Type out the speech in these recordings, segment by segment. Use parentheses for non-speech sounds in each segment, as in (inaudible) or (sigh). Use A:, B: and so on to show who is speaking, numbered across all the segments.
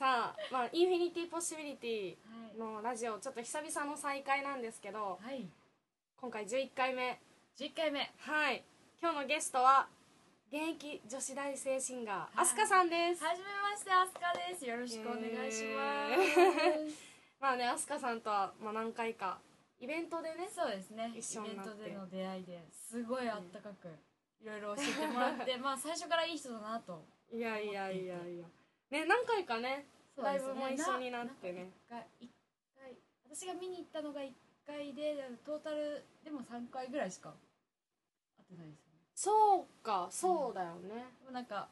A: は、まあ、インフィニティ・ポッシビリティ
B: はい
A: のラジオちょっと久々の再開なんですけど
B: はい
A: 今回11回目
B: 10回目
A: はい今日のゲストは現役女子大生シンガー
B: はい
A: 飛鳥さんです、
B: はじめましてあすかですよろしくお願いします、
A: (laughs) まあね飛鳥さんとは、まあ、何回かイベントでね
B: そうですねイベ
A: 一緒に
B: ン
A: なって
B: トでの出会いですごいあったかくいろいろ教えてもらって
A: (laughs)
B: まあ最初からいい人だなと
A: いやいやいやいやね何回かね
B: そうです
A: ライブも一緒になってね
B: ななんか一回一回私が見に行ったのが1回でトータルでも3回ぐらいしか会ってないですよね
A: そうかそうだよね、
B: でもなんか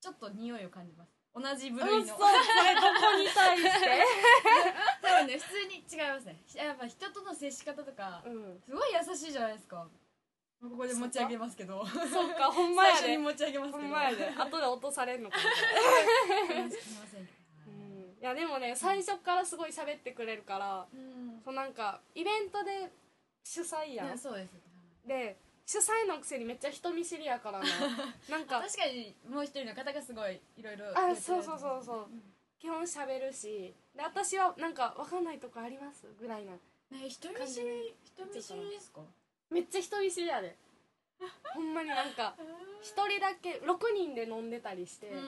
B: ちょっと匂いを感じます同じ部
A: う
B: 類
A: そ
B: の
A: これどこに対して
B: (laughs) 多分ね普通に違いますねやっぱ人との接し方とか
A: うん
B: すごい優しいじゃないですかここで持ち上げますけど
A: そうかほんま
B: 最
A: や
B: 初に
A: で
B: 持ち上げますけ
A: ほ
B: ど
A: んまやで後で落とされるのかな
B: 話聞きません
A: うんいやでもね最初からすごい喋ってくれるから
B: うん
A: そうなんかイベントで主催やん
B: ねそうです
A: で主催のくせにめっちゃ人見知りや (laughs) からななんか
B: 確かにもう一人の方がすごいいろいろ
A: あそうそうそう
B: う
A: そう基本喋るしで私はなんか分かんないとこありますぐらいな
B: ね人見
A: 感
B: 知
A: じ
B: り人見知りですか
A: めっちゃ人見知りやでほんまになんか一人だけ6人で飲んでたりして
B: う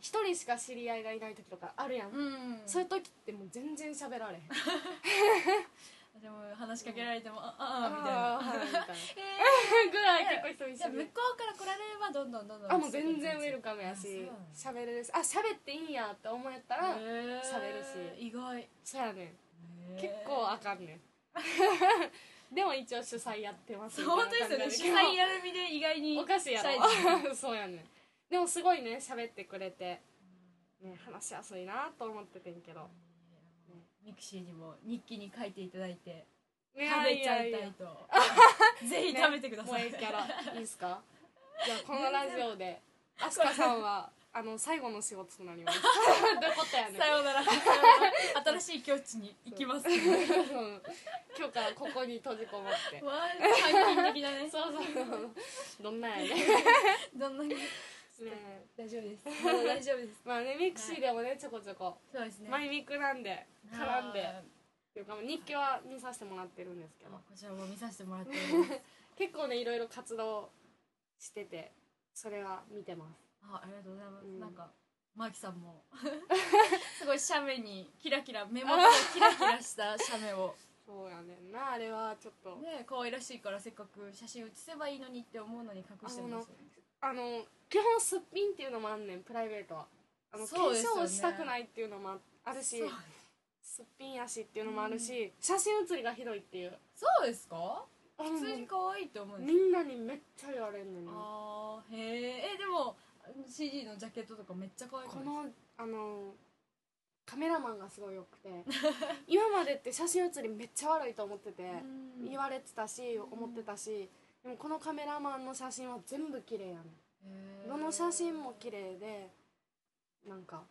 A: 一人しか知り合いがいない時とかあるやん、
B: んうん
A: そういう時ってもう全然喋られへん
B: でも話しかけられてもあああみたい
A: あーはいみたいな (laughs)
B: な
A: ぐらい結構人見
B: じゃあ
A: 知
B: 向
A: り
B: こうから来られればどんどんどんどん
A: あもう全然ウェルカムやし
B: あそ
A: 喋れるしあ喋っていいんやって思えたら、喋るし
B: し意外
A: そやねん結構あかん (laughs) ねんでも一応主催やってますみたい
B: 本
A: な
B: 当ですよね主
A: 感
B: 催
A: じ
B: やる身で意外に
A: おかしいや
B: シャイです
A: ろ (laughs) そうやねんでもすごいね喋ってくれて、ね、話しやすいなと思っててんけど
B: ミクシーにも日記に書いていただいて
A: 食
B: 食べちゃいたいと (laughs) ぜひ食べてください、
A: 萌えキャラいいっすかじゃあこのラジオで飛鳥さんはあの最後の仕事とな
B: (laughs)
A: りますどういうことやねん
B: さようなら (laughs) 新しい境地に行き (laughs) ますわ
A: うん今日からここに閉じこもって
B: ー感的だね
A: そうそうそうどんなんやね
B: どんなに
A: ね
B: 大丈夫 (laughs) です大丈夫です
A: まあねミクシーでもねちょこちょこ
B: そうですね
A: マイミクなんで絡んで
B: あ
A: っていうか日記は見させてもらってるんですけ
B: ー
A: ど
B: こちらも見させてもらってお (laughs) ります
A: 結構ねいろいろ活動しててそれは見てます
B: あありがとうございます、
A: うん
B: なんかマーキさん (laughs) もすごい写メにキラキラ目元をキラキラした写メ (laughs) を
A: そうやねんなあれはちょっと
B: ね可愛らしいからせっかく写真写せばいいのにって思うのに隠してますよね
A: あの基本すっぴんっていうのもあんねんプライベートはあの、化
B: そうですよね
A: 粧したくないっていうのもああるし
B: そう
A: すっぴんやしっていうのもあるし、写真写りがひどいっていう
B: そうですか
A: あの
B: 普通に可愛いって思うんで
A: み
B: す
A: んなにめっちゃ言われんねんな
B: あーへええでも CD のジャケットとかめっちゃ可愛い
A: このあのカメラマンがすごい良くて今までって写真写りめっちゃ悪いと思ってて、言われてたし思ってたしでもこのカメラマンの写真は全部綺麗やねんどの写真も綺
B: 麗
A: 麗でなんか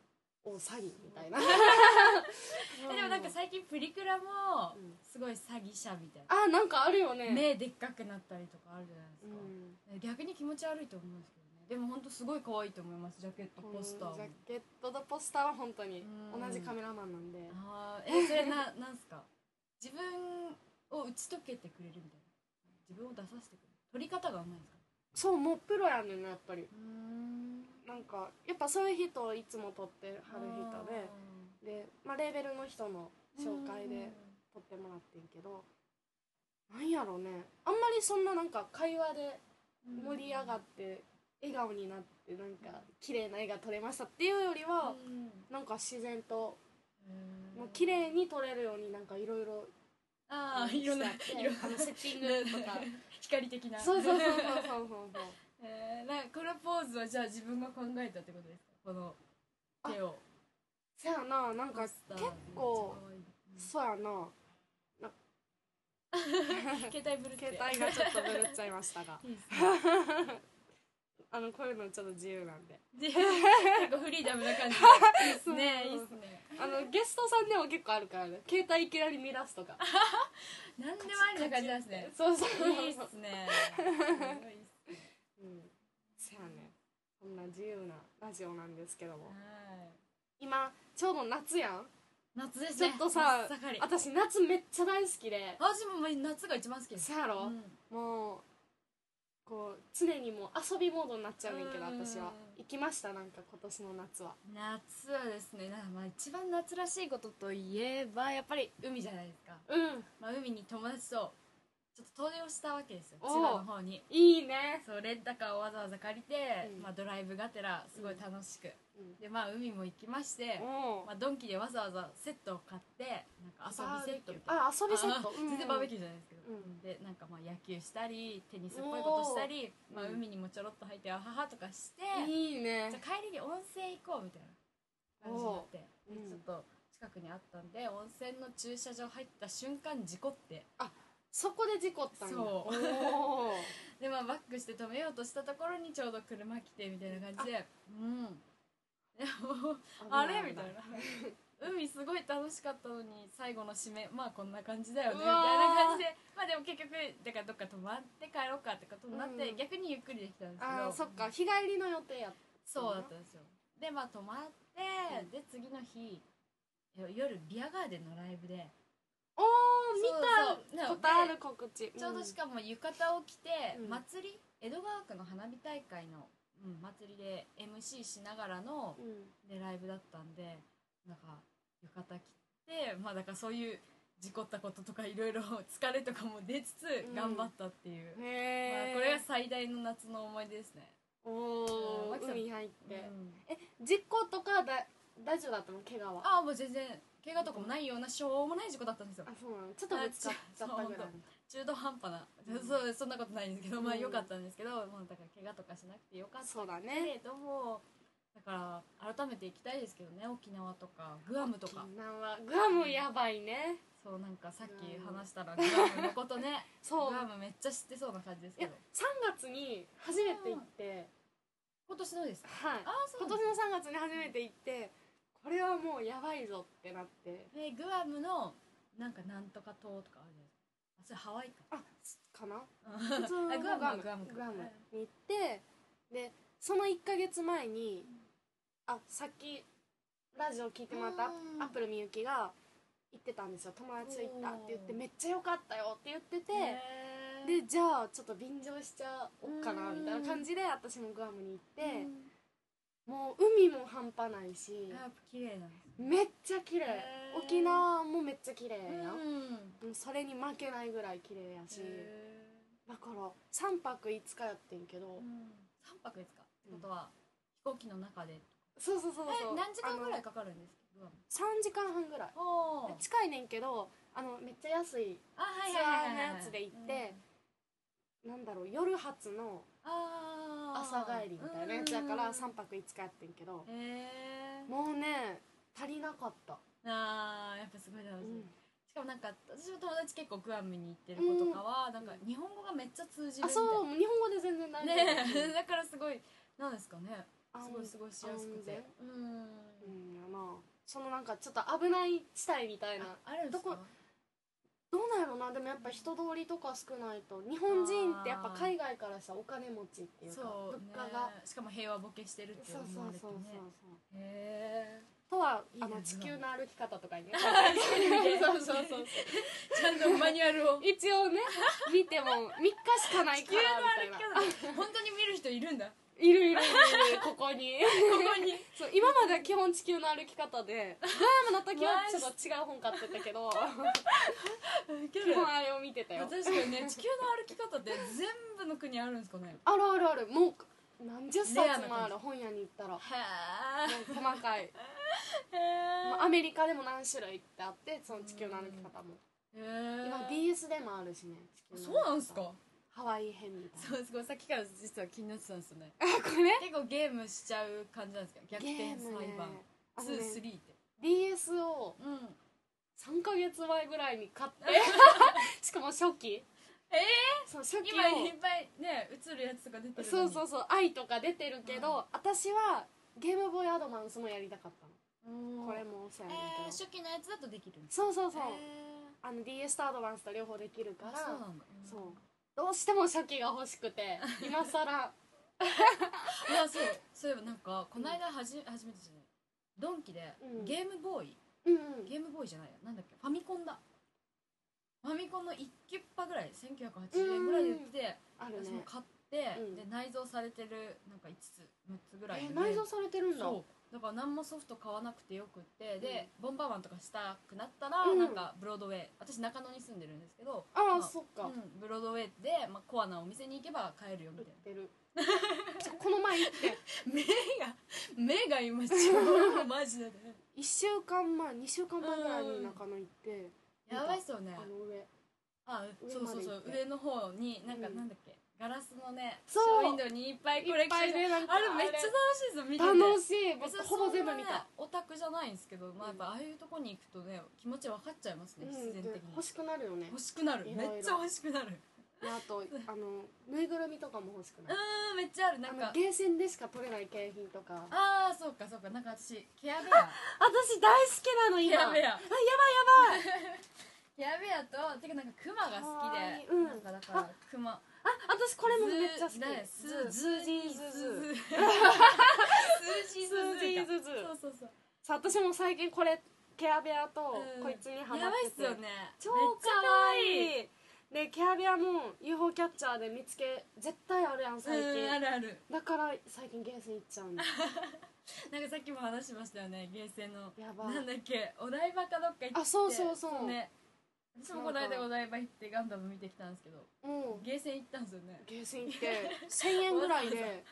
A: お詐欺みたいな
B: (laughs) えでもなんか最近プリクラも
A: うん
B: すごい詐欺者みたい
A: あなんかあるよ
B: な、
A: ね
B: 目でっかくなったりとかあるじゃない
A: うん
B: ですか、逆に気持ち悪いと思うんですけどねでも本当すごい可愛いと思いますジャケットポスター
A: この
B: も
A: ジャケットとポスターは本当に
B: うん
A: 同じカメラマンなんで
B: あーえそれな (laughs) なんすか自分を打ち解けてくれるみたいな自分を出させてくれる取り方がうまいんですか
A: そうもうプロやねんなやっぱり
B: うん
A: なんかやっぱそういう人をいつも撮ってはる人でで、まあ、レーベルの人の紹介で撮ってもらってんけどなんやろうねあんまりそんななんか会話で盛り上がって笑顔になってなんか綺麗な絵が撮れましたっていうよりはなんか自然ともう綺麗に撮れるようになんかいろいろ
B: ああいろんな
A: して
B: いろん
A: あのセッティングと
B: (laughs)
A: か
B: 光的な
A: そうそうそうそうそうそう
B: (laughs) えーなんかこのポーズはじゃあ自分が考えたってことですかこの手を
A: そやななんか
B: ポ
A: 結
B: スター
A: 構
B: めっち
A: そうやな
B: ゃ可愛い携帯ブルって
A: 携帯がちょっとぶるっちゃいましたが
B: い
A: (laughs)
B: いですね
A: あのこういうのちょっと自由なんで
B: 結構フリーダムな感じでいいっすねいいっすね
A: あのゲストさんでも結構あるからね携帯いきなり乱すとか
B: なんでもありな感じなんですね
A: そうそうそう (laughs)
B: いいっすねすごいっすね
A: うん、そやねそんな自由なラジオなんですけども
B: はい
A: 今ちょうど夏やん
B: 夏ですね
A: ちょっとさ
B: 真っ盛り
A: 私夏めっちゃ大好きで
B: 私も夏が一番好きです
A: そやろ、
B: うん
A: もうこう常にもう遊びモードになっちゃうねんけど
B: うん
A: 私は行きましたなんか今年の夏は
B: 夏はですね、なまあ、一番夏らしいことといえばやっぱり海じゃないですか、
A: うん
B: まあ、海に友達とちょっと登場したわけですよ
A: おう
B: 千葉の方に
A: いいね
B: そうレンタカーをわざわざ借りて、
A: うん
B: まあ、ドライブがてらすごい楽しく、
A: うん
B: でまあ海も行きまして、
A: おう
B: まあ、ドンキでわざわざセットを買ってなんか遊びセットみたいな
A: あ遊びセット
B: あ全然バーベキ
A: ュ
B: ューじゃないですけど、
A: うん
B: でなんかまあ野球したりテニスっぽいことしたり、
A: おー
B: まあ、
A: うん
B: 海にもちょろっと入ってあははとかして、
A: いい
B: じゃ
A: ね
B: あ帰りに温泉行こうみたいな感じになって、
A: おううん
B: でちょっと近くにあったんで温泉の駐車場入った瞬間事故って
A: そこで事故ったんだ
B: そ
A: おう
B: でまあバックして止めようとしたところにちょうど車来てみたいな感じでうんでも (laughs) あれみたいな海すごい楽しかったのに最後の締めまあこんな感じだよねみ
A: う
B: たい
A: わー
B: な感じでまあでも結局だからどっか泊まって帰ろうかってことになって、
A: うん
B: 逆にゆっくりできたんですけ
A: あ
B: ど
A: ーそっか日帰りの予定やっ
B: そうだったんですよでまあ泊まって、
A: うん
B: で次の日よ夜ビアガーデンのライブで
A: おお見た
B: そうそう
A: ことある告知
B: ちょうどし
A: か
B: かも浴衣を着て、
A: うん
B: 祭り江戸川区の花火大会の、うん、祭りで MC しながらの
A: うんうん
B: でライブだったんでなんか浴衣着てまあだからそういう事故ったこととかいろいろ疲れとかも出つつ
A: うん
B: 頑張ったっていう、
A: へ
B: ま
A: え
B: あ、これが最大の夏の思い出ですね、
A: お
B: う
A: お
B: ん
A: 海入っ
B: う
A: て
B: ん
A: 事故とかだ大丈夫だったの怪我は
B: ああもう全然怪我とかもないようなしょうもない事故だったんですよ
A: あそうなのちょっとぶつかっちゃったぐらい
B: 中途半端な、
A: うん
B: そうそんなことないんですけどまあ
A: うん
B: 良かったんですけど、まあ、だから怪我とかしなくてよかった
A: そうだ
B: け
A: ね
B: れどもだから改めて行きたいですけどね沖縄とかグアムとか
A: 沖縄グアムやばいね
B: そうなんかさっき
A: うん
B: 話したらグアムのことね
A: (laughs)
B: グ
A: そう
B: アムめっちゃ知ってそうな感じです
A: い
B: け
A: や
B: ど
A: 3月に初めて行って
B: 今年のですか
A: はい
B: ああそ
A: 今
B: う
A: 年
B: な
A: の3
B: んで
A: 月に初めて行ってこれはもうやばいぞってなって
B: すねグアムのなんかなんとか島とかあるじゃないですかあそれハワイか
A: あかな
B: うん
A: 普通の
B: (laughs) あグアムは
A: グ
B: グ
A: ア
B: ア
A: ム
B: ム
A: に
B: か
A: 行ってでその1ヶ月前にあさっきラジオ聞いてもらった
B: うん
A: アップルみゆきが行ってたんですよ友達と行ったって言って
B: おー
A: めっちゃ良かったよって言ってて
B: へー
A: でじゃあちょっと便乗しちゃおっかなみたいな感じで私もグアムに行って
B: うん
A: もう海も半端ないし
B: やっぱ綺麗なんですね
A: めっちゃ綺麗
B: へー
A: 沖縄もめっちゃ綺麗やん
B: うん
A: もうそれに負けないぐらい綺麗やし
B: へ
A: だから3泊5日やってんけど
B: ーうん三泊ですかってことは飛行機の中で
A: そうそうそうそう
B: え何時間ぐら
A: い
B: いかかるんですかグアム
A: 3時間半ぐらい
B: おー
A: 近いねんけどあのめっちゃ安い
B: あはいはい
A: ツアーのや
B: はいはい
A: つで行ってなんだろう夜発の
B: あー
A: 朝帰りみたいなやつやか
B: う
A: ら
B: ん
A: 3泊5日やってんけど
B: へえ
A: もうね足りなかった、
B: あーやっぱすごい楽しい、
A: うん
B: しかもなんか私の友達結構グアムに行ってる子とかは、なんか日本語がめっちゃ通じる
A: あ
B: みたい
A: そう日本語で全然大丈
B: な
A: 夫、
B: ねえだからすごいなんですかね
A: (laughs) あ
B: すごい過ごしやすくてうん
A: うんやなそのなんかちょっと危ない地帯みたいな
B: ああるんですか
A: どこどうなんやろなでもやっぱ人通りとか少ないと日本人ってやっぱ海外からしたらお金持ちっていうか
B: そう、ね、
A: 物価が、
B: しかも平和ボケしてるって
A: そう
B: 思
A: そう
B: わ
A: そ
B: れ
A: う
B: て
A: そう
B: ねへえ
A: とはい
B: い
A: あ
B: な
A: の地球の歩き方とかにね
B: (laughs) そう
A: そうそうそう
B: ちゃんとマニュアルを
A: 一応ね見ても3日しかない
B: 地
A: か
B: 球の
A: らみ
B: 歩
A: たい
B: き
A: な
B: 方本当に見る人いるんだこ
A: いるいるいるここに
B: (laughs) こに
A: そう今までは基本地球の歩き方でドラマの時はちょっと違う本買ってたけ
B: (laughs)
A: ど
B: け
A: 基
B: る
A: 本あれを見てた
B: (laughs)
A: よ
B: 確かにね地球の歩き方って全部の国あるんですかね
A: あるあるあるもう何十冊も
B: レアな
A: あ
B: 感
A: る
B: じ
A: 本屋に行ったらもう
B: へ
A: 細かい
B: え
A: まあアメリカでも何種類ってあってその地球の歩き方も今 DS でもあるしね地球
B: そ
A: の歩
B: う
A: き方
B: なんですか
A: ハワイ編みたいな
B: そうすごいさっきから実は気になってたんですよね
A: あこれ
B: 結構ゲームしちゃう感じなんですか逆転裁判
A: あのね
B: 23って、
A: DS を
B: うん
A: 3ヶ月前ぐらいに買って
B: (laughs)
A: しかも初期
B: え
A: その初期
B: 今いっ
A: を
B: ぱいね映るやつとか出てる
A: そうそううそう愛とか出てるけど、私はゲームボーイアドバンスもやりたかったの、
B: こ
A: これもそうやね
B: えー
A: んけど、
B: 初期のやつだとできるんです
A: そうそうそう、
B: え
A: あの DS とアドバンスと両方できるか
B: ー
A: ら
B: あそうなんだ
A: そうどうしても初期が欲しくて今更
B: いやそうそういえばなんかこの間はじ初めてじゃないドンキで
A: うん
B: ゲームボーイ、
A: うん
B: ゲームボーイじゃないやなんだっけファミコンだファミコンの1キュッパぐらい1980円ぐらいで売ってて、
A: あるね
B: 私も買って、
A: うん
B: で内蔵されてるなんか5つ6つぐらい
A: え
B: で
A: 内蔵されてるんだ
B: そうだから何もソフト買わなくてよくってで、ボンバーマンとかしたくなったら、
A: うん
B: なんかブロードウェイ私中野に住んでるんですけど、
A: あ
B: ま
A: あ
B: あ
A: そっ
B: う
A: か
B: ん、ブロードウェイで、まあ、コアなお店に行けば買えるよみ
A: 売った
B: い
A: てるそうこの前行って
B: な目が目が今超マジでね
A: 1週間前2週間前ぐらいに中野行って
B: (laughs) やばいっすよね
A: あの上
B: あ
A: 上
B: そうそうそう
A: まで行って
B: 上の方になんか
A: うん
B: なんだっけ、ガラスのねシ
A: そう
B: ョーウィンドウにいっぱいコ
A: い
B: レ
A: っ
B: クシ
A: ぱ
B: ョ
A: い
B: ン
A: ねなんか
B: あれめっちゃ楽しいですよ見てて
A: 楽しい
B: 別に
A: ほぼ全部見
B: そんな
A: た
B: ねオタクじゃないんですけど、まあ、やっぱああいうとこに行くとね気持ち分かっちゃいます
A: う
B: ね、必
A: ん
B: 然
A: で
B: 的に
A: 欲しくなるよね
B: 欲しくなる
A: いろいろ
B: めっちゃ欲しくなる
A: であとあのぬいぐるみとかも欲しく
B: う
A: なる
B: ーんめっちゃあるなん
A: あ
B: か
A: のゲーセンでしか取れない景品とか
B: ああーそうかそうかなんか私ケアベア
A: 私大好きなの
B: ケアベ
A: や
B: アあやばいやばいケアベアとてかなんかクマが好き
A: かわい
B: で
A: い、うん
B: なんかだからクマ
A: あ私これもめっちゃ好き
B: ズーね
A: ズーズージーズーズー
B: ズースージーズ
A: ズージー
B: ーズーか
A: ズーズー
B: そうそうそう
A: さあ私も最近これケアベアと
B: うん
A: こいつにハマ
B: や
A: っ
B: ば
A: て
B: いってすよね
A: 超
B: めっちゃ
A: か
B: 可
A: わい
B: 愛い
A: いでケアベアも UFO キャッチャーで見つけ絶対あるやん最
B: うんあ
A: 近
B: るある
A: だから最近ゲーセン行っちゃう
B: (laughs)
A: んだ
B: なんかさっきも話しましたよねゲーセンの
A: やば
B: なんだっけお台場かどっか行って
A: あそうそうそう
B: ね私もこの間お台場行ってガンダム見てきたんですけど
A: もう
B: ゲーセン行ったんですよね
A: ゲーセン行って1000円ぐらい
B: (laughs)
A: で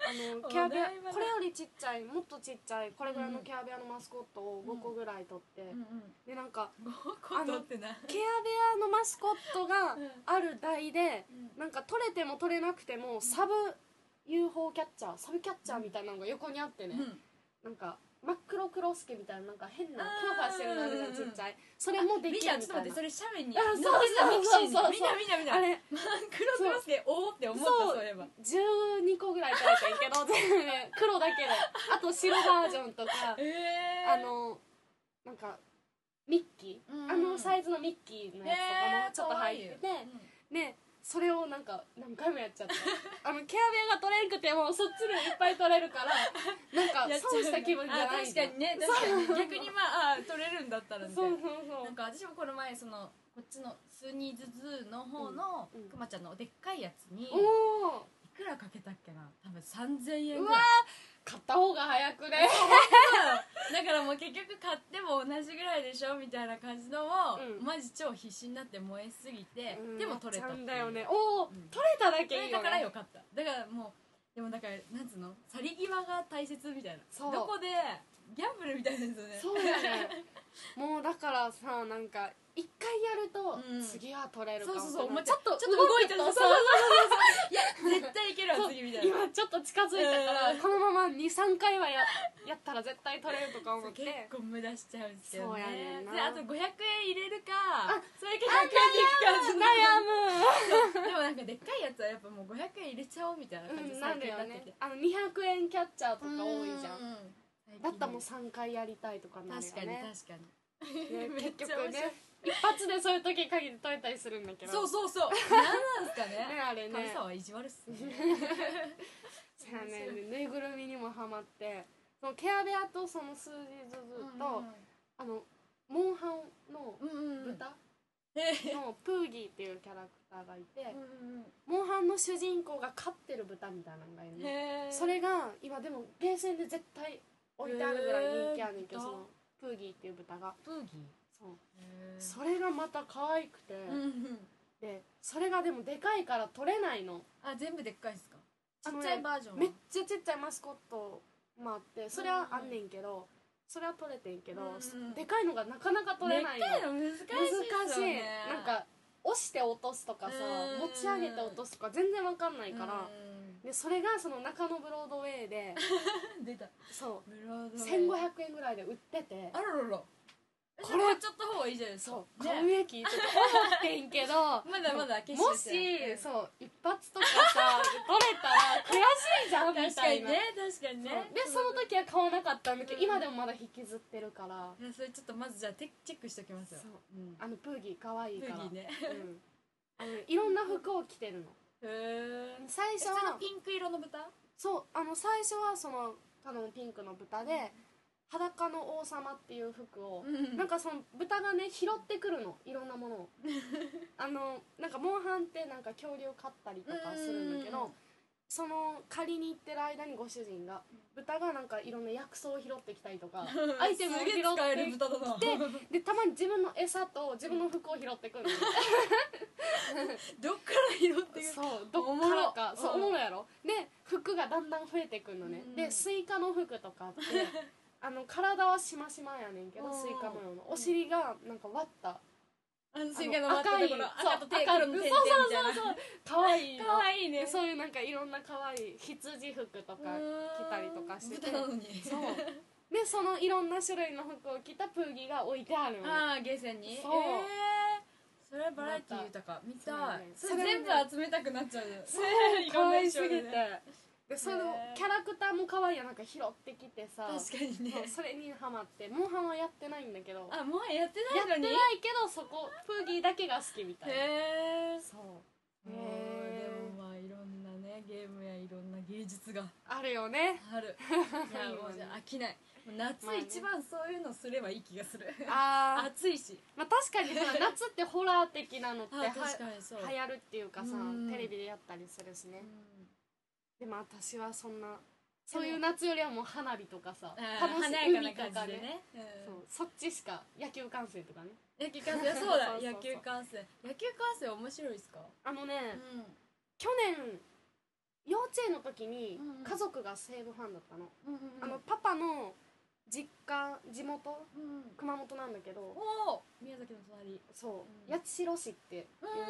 A: あのケアベ
B: お
A: ア
B: 台場だ
A: これよりちっちゃいもっとちっちゃいこれぐらいのケアベアのマスコットを5個ぐらい取って、
B: うん
A: でなんか
B: うん5個取ってない
A: ケアベアのマスコットがある台でなんか取れても取れなくてもサブ UFO キャッチャーサブキャッチャーみたいなのが横にあってね、なんか真っ黒クロスケみたいななんか変な
B: あ
A: ふわ
B: ー
A: ふわしてるのあるじゃんちっちゃいそれもで
B: み
A: き
B: んな
A: る
B: ちょ
A: み
B: っと
A: たい
B: 待
A: な
B: ってそれ斜面に
A: あそうそう
B: 乗ってたミクシーに
A: そうそう
B: みんなみんなみんな
A: あれ
B: 黒クロスでおおって思ったそういえば
A: 12個ぐらい取れてんけど全部ね黒だけであと白バージョンとか
B: えー
A: あのなんかミッキー、
B: うん
A: あのサイズのミッキーのやつとかもちょっと入ってて、
B: えー可愛いうん
A: ねそれをなんか何回もやっちゃった (laughs) あのケアベアが取れんくてもそっちでいっぱい取れるからなんか
B: (laughs) やっちゃう
A: 損した気分じゃない
B: あ確かにね確かに逆にまああー取れるんだったらみたい
A: そう
B: な
A: そうそう
B: なんか私もこの前そのこっちのスーニーズズーの方の
A: うんうん
B: くまちゃんのでっかいやつにい
A: おお
B: くらかけたっけな多分3000円
A: う
B: ぐ
A: わ
B: らい
A: 買った方が早くね
B: だからもう結局買っても同じぐらいでしょみたいな感じのを、
A: うん
B: マジ超必死になって燃えすぎて、でも取れた
A: ちゃ
B: ってい
A: ん
B: う
A: だよねおお、
B: うん
A: 取れただけいい
B: 取れ
A: よ、
B: た
A: ね、
B: からよかっただからもうでもだからなんつうの去り際が大切みたいな
A: そう
B: どこでギャンブルみたいですよね
A: そうだねもうだからさなんか一回やると、
B: うん
A: 次は取れるか
B: そ
A: も
B: うそうそうもう
A: ちょっと
B: ちょっと動い
A: て
B: た
A: る
B: ら
A: と
B: そう
A: そ
B: そううそうそういや絶対いける
A: そう
B: わ次みたい
A: 今
B: な
A: ちょっと近づいたから、
B: うん
A: このまま23回はややったら絶対取れるとか思って
B: 結構無駄しちゃうんですけど
A: そうやねん
B: ね
A: な
B: であと500円入れるか
A: あ
B: それか100円で
A: 悩
B: いくかでもなんかでっかいやつはやっぱもう500円入れちゃおうみたいな感
A: む、
B: じ
A: うん、な
B: 最
A: る
B: 近
A: よ
B: なって
A: ね
B: て
A: あの200円キャッチャーとか
B: なんか
A: 多いじゃん
B: ん
A: だったらもう3回やりたいとかなる
B: 確か
A: よねね
B: に確かにめっ
A: 結
B: ちゃ
A: 局
B: 面白い
A: ね一発でそういう時限り取れたりするんだけど
B: そうそうそう何なんですかね
A: ねあれね
B: 神様は意地悪っすね
A: そうやねでぬいぐるみにもハマってそのケアベアとその数字ずつと、あのモンハンの
B: うんうんうん
A: 豚
B: えー
A: のプーギーっていうキャラクターがいて、
B: うん
A: モンハンの主人公が飼ってる豚みたいなのがいる
B: うん
A: の
B: へー
A: それが今でもゲーセンで絶対置いてあるぐらい人気あるんやけど、
B: へー
A: そのプーギーっていう豚が
B: プーギー
A: そう
B: へー
A: それがまた可愛くて、
B: うんうん
A: でそれがでもでかいから取れないの
B: あ全部でっかいですか
A: あ
B: ち
A: のね
B: っちゃいバージョン
A: めっちゃちっちゃいマスコットもあってそれはあんねんけど、それは取れてんけど、
B: うんうん
A: でかいのがなかなか取れないの
B: でっかいの難しい
A: 難
B: です
A: し
B: よ
A: い、
B: ね
A: なんか押して落とすとかさ
B: うん
A: 持ち上げて落とすとか全然わかんないから、
B: う
A: でそれがその中野ブロードウェイ
B: (laughs)
A: で
B: ん出た
A: そ
B: ブロー
A: う
B: ドウェイ
A: 1500円ぐらいで売ってて
B: あららら
A: こ
B: こ
A: れ
B: れ買っちゃった方がいいじゃないですか
A: そう
B: ね
A: 買うべきちょっと思ってんけど
B: (laughs) まだまだ決
A: も
B: 心
A: し
B: して
A: そう一発とか
B: (laughs)
A: さ取れたら悔しいじゃんみたいな
B: 確かにね確かにね
A: そうでその時は買わなかったんだけど、
B: うん
A: 今でもまだ引きずってるから
B: いやそれちょっとまずじゃあテチェックしておきますよ
A: そう
B: うん
A: あのプーギー可愛い
B: プ
A: から
B: ーギーね
A: うんあのいろんな服を着てるの
B: へえ
A: 最初
B: 普通の
A: は
B: ピンク色の豚
A: そうあの最初はそのただのピンクの豚で裸の王様っていう服を、
B: うん
A: なんかその豚がね拾ってくるのいろんなもの
B: (laughs)
A: をあのなんかモンハンってなんか恐竜飼ったりとかするんだけど、
B: うん
A: その借りに行ってる間にご主人が豚がなんかいろんな薬草を拾ってきたりとかアイテムを拾って
B: すげえ使える豚だな
A: きてでたまに自分の餌と自分の服を拾ってく
B: (laughs)
A: るの
B: どっから拾ってくる
A: そうどっからか
B: おも
A: そう
B: ろうん
A: 思うやろで服がだんだん増えてくるのね、
B: うん
A: でスイカの服とかって
B: (laughs)
A: あの体はしましまやねんけど
B: うん
A: スイカのようなお尻がなんか割った
B: あのスイカの割ったところ
A: 赤い
B: 赤と手
A: そう
B: 黒の点々みたいな
A: 可愛いの
B: かわいいね
A: でそういうなんかいろんな可愛い羊服とか着たりとかしてて
B: 豚なのに
A: そうでそのいろんな種類の服を着たプーギが置いてあるのね
B: ああゲーセンに
A: そう
B: えーそれはバラエティ豊か見
A: そう
B: た
A: だ
B: い
A: ね
B: そ
A: そ
B: れ
A: れ
B: 全
A: はね
B: 部集めたくなっちゃうじゃん
A: そう
B: いろん
A: 可
B: な
A: 愛
B: 衣
A: すぎ
B: 装
A: て
B: でね
A: でその
B: ね
A: キャラクターも可愛いやんなんか拾ってきてさ
B: 確かに
A: そう
B: ね
A: それにハマってモンハンはやってないんだけどや
B: あもうやって
A: っ
B: な
A: て
B: いの
A: な
B: に
A: いけどそこプーギーだけが好きみたいな
B: へえ
A: そう
B: で
A: へー
B: もまあいろんなねゲームやいろんな芸術が
A: あるよね
B: あ
A: (laughs)
B: るいやもうじゃあ飽きないもう夏
A: まあね
B: 一番そういうのすればいい気がする (laughs)
A: あー
B: 暑いし
A: まあ確かに
B: (laughs)
A: さ夏ってホラー的なのっては
B: あ確かにそう
A: 流行るっていうかさ
B: うん
A: テレビでやったりするしね
B: うん
A: でも私はそんなそういう夏よりはもう花火とかさ
B: あー
A: 楽し
B: 華
A: い
B: やか
A: 海
B: な
A: とか
B: 感じで
A: ね
B: ねうん
A: そうそっちしか野球観戦とかね
B: 野球観戦そうだ
A: (laughs) そうそうそうそう
B: 野球観戦野球観戦面白いですか
A: あのね、
B: う
A: 去年幼稚園の時に
B: うんうん
A: 家族が西武ファンだったの、
B: ん
A: あのパパの実家地元
B: うん
A: 熊本なんだけど
B: おお宮崎の隣
A: そう
B: うん
A: 八代市っていう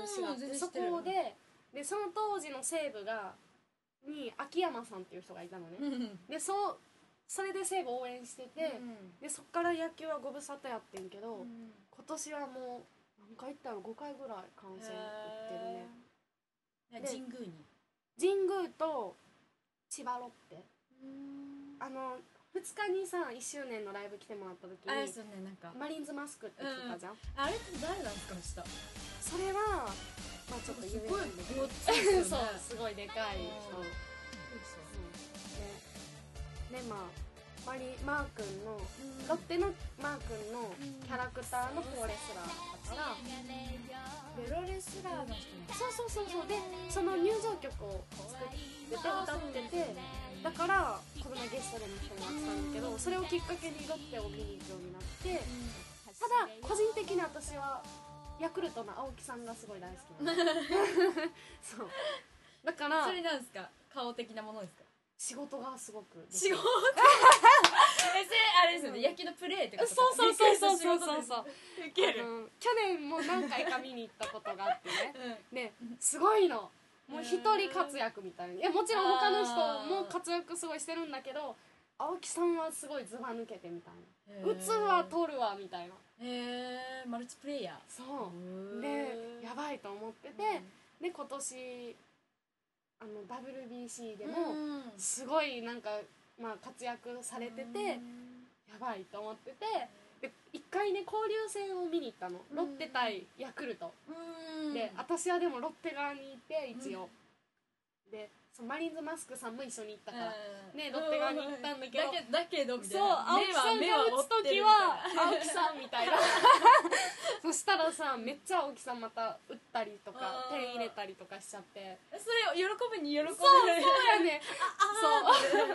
A: 市があっ
B: う
A: て
B: ん全然知
A: そ
B: ってる
A: こででその当時の西武がに秋山さんっていう人がいたのね、
B: ん
A: でそうそれで西武応援してて、でそっから野球はご無沙汰やってんけど、
B: うん
A: 今年はもう何回行ったら5回ぐらい観戦行ってるね
B: へー
A: で
B: 神宮に
A: 神宮と千葉ロッテあの2日にさ1周年のライブ来てもらった時
B: あれで
A: に
B: すよねなんか
A: マリンズマスクって来てたじゃん、
B: あれって誰なんですかした
A: それはまあちょっと
B: す
A: 有名
B: ごい
A: なんだけど
B: ごっついです
A: (laughs) そ
B: よ
A: う
B: ね
A: すごいでかい人
B: うん
A: ででまあマリマー君のロッテのマー君のキャラクターのプロレスラーだから
B: プロレスラーの人なんだ
A: そうそうそうそうでその入場曲を作ってて歌っててだからこの前ゲストでも来てもらったんだけどそれをきっかけにロッテを見に行くようになってただ個人的に私はヤクルトの青木さんがすごい大好きなの
B: (laughs)
A: そうだから
B: それなんですか顔的なものですか
A: 仕事がすごく
B: 仕事えそれあれですよね野球のプレーってこ
A: そう
B: と
A: そうそうそうそう
B: リクエスト仕事
A: そう
B: です
A: そう
B: ウケる
A: うん去年も何回か見に行ったことがあってね
B: うん
A: ねすごいのもう一人活躍みたいないやもちろん他の人も活躍すごいしてるんだけど青木さんはすごいずば抜けてみたいな打つわ取るわみたいな
B: へえマルチプレイヤー
A: そう
B: へ
A: で
B: ー
A: やばいと思っててで今年あの WBC で
B: うん
A: も
B: うん
A: すごいなんかまあ活躍されててやばいと思っててで1回ね交流戦を見に行ったのロッテ対ヤクルト
B: うん
A: で私はでもロッテ側にいて一応、でそのマリーンズマスクさんも一緒に行ったから、
B: うん
A: ねロッテ側に行ったんだけど
B: だけだけどみたい
A: そう
B: な
A: 青木さん
B: 目は
A: が打つ時は青木さんみたいな (laughs) そしたらさめっちゃ青木さんまた打ったりとか
B: うん
A: 点入れたりとかしちゃって
B: 目は追ってるみたいなそれを喜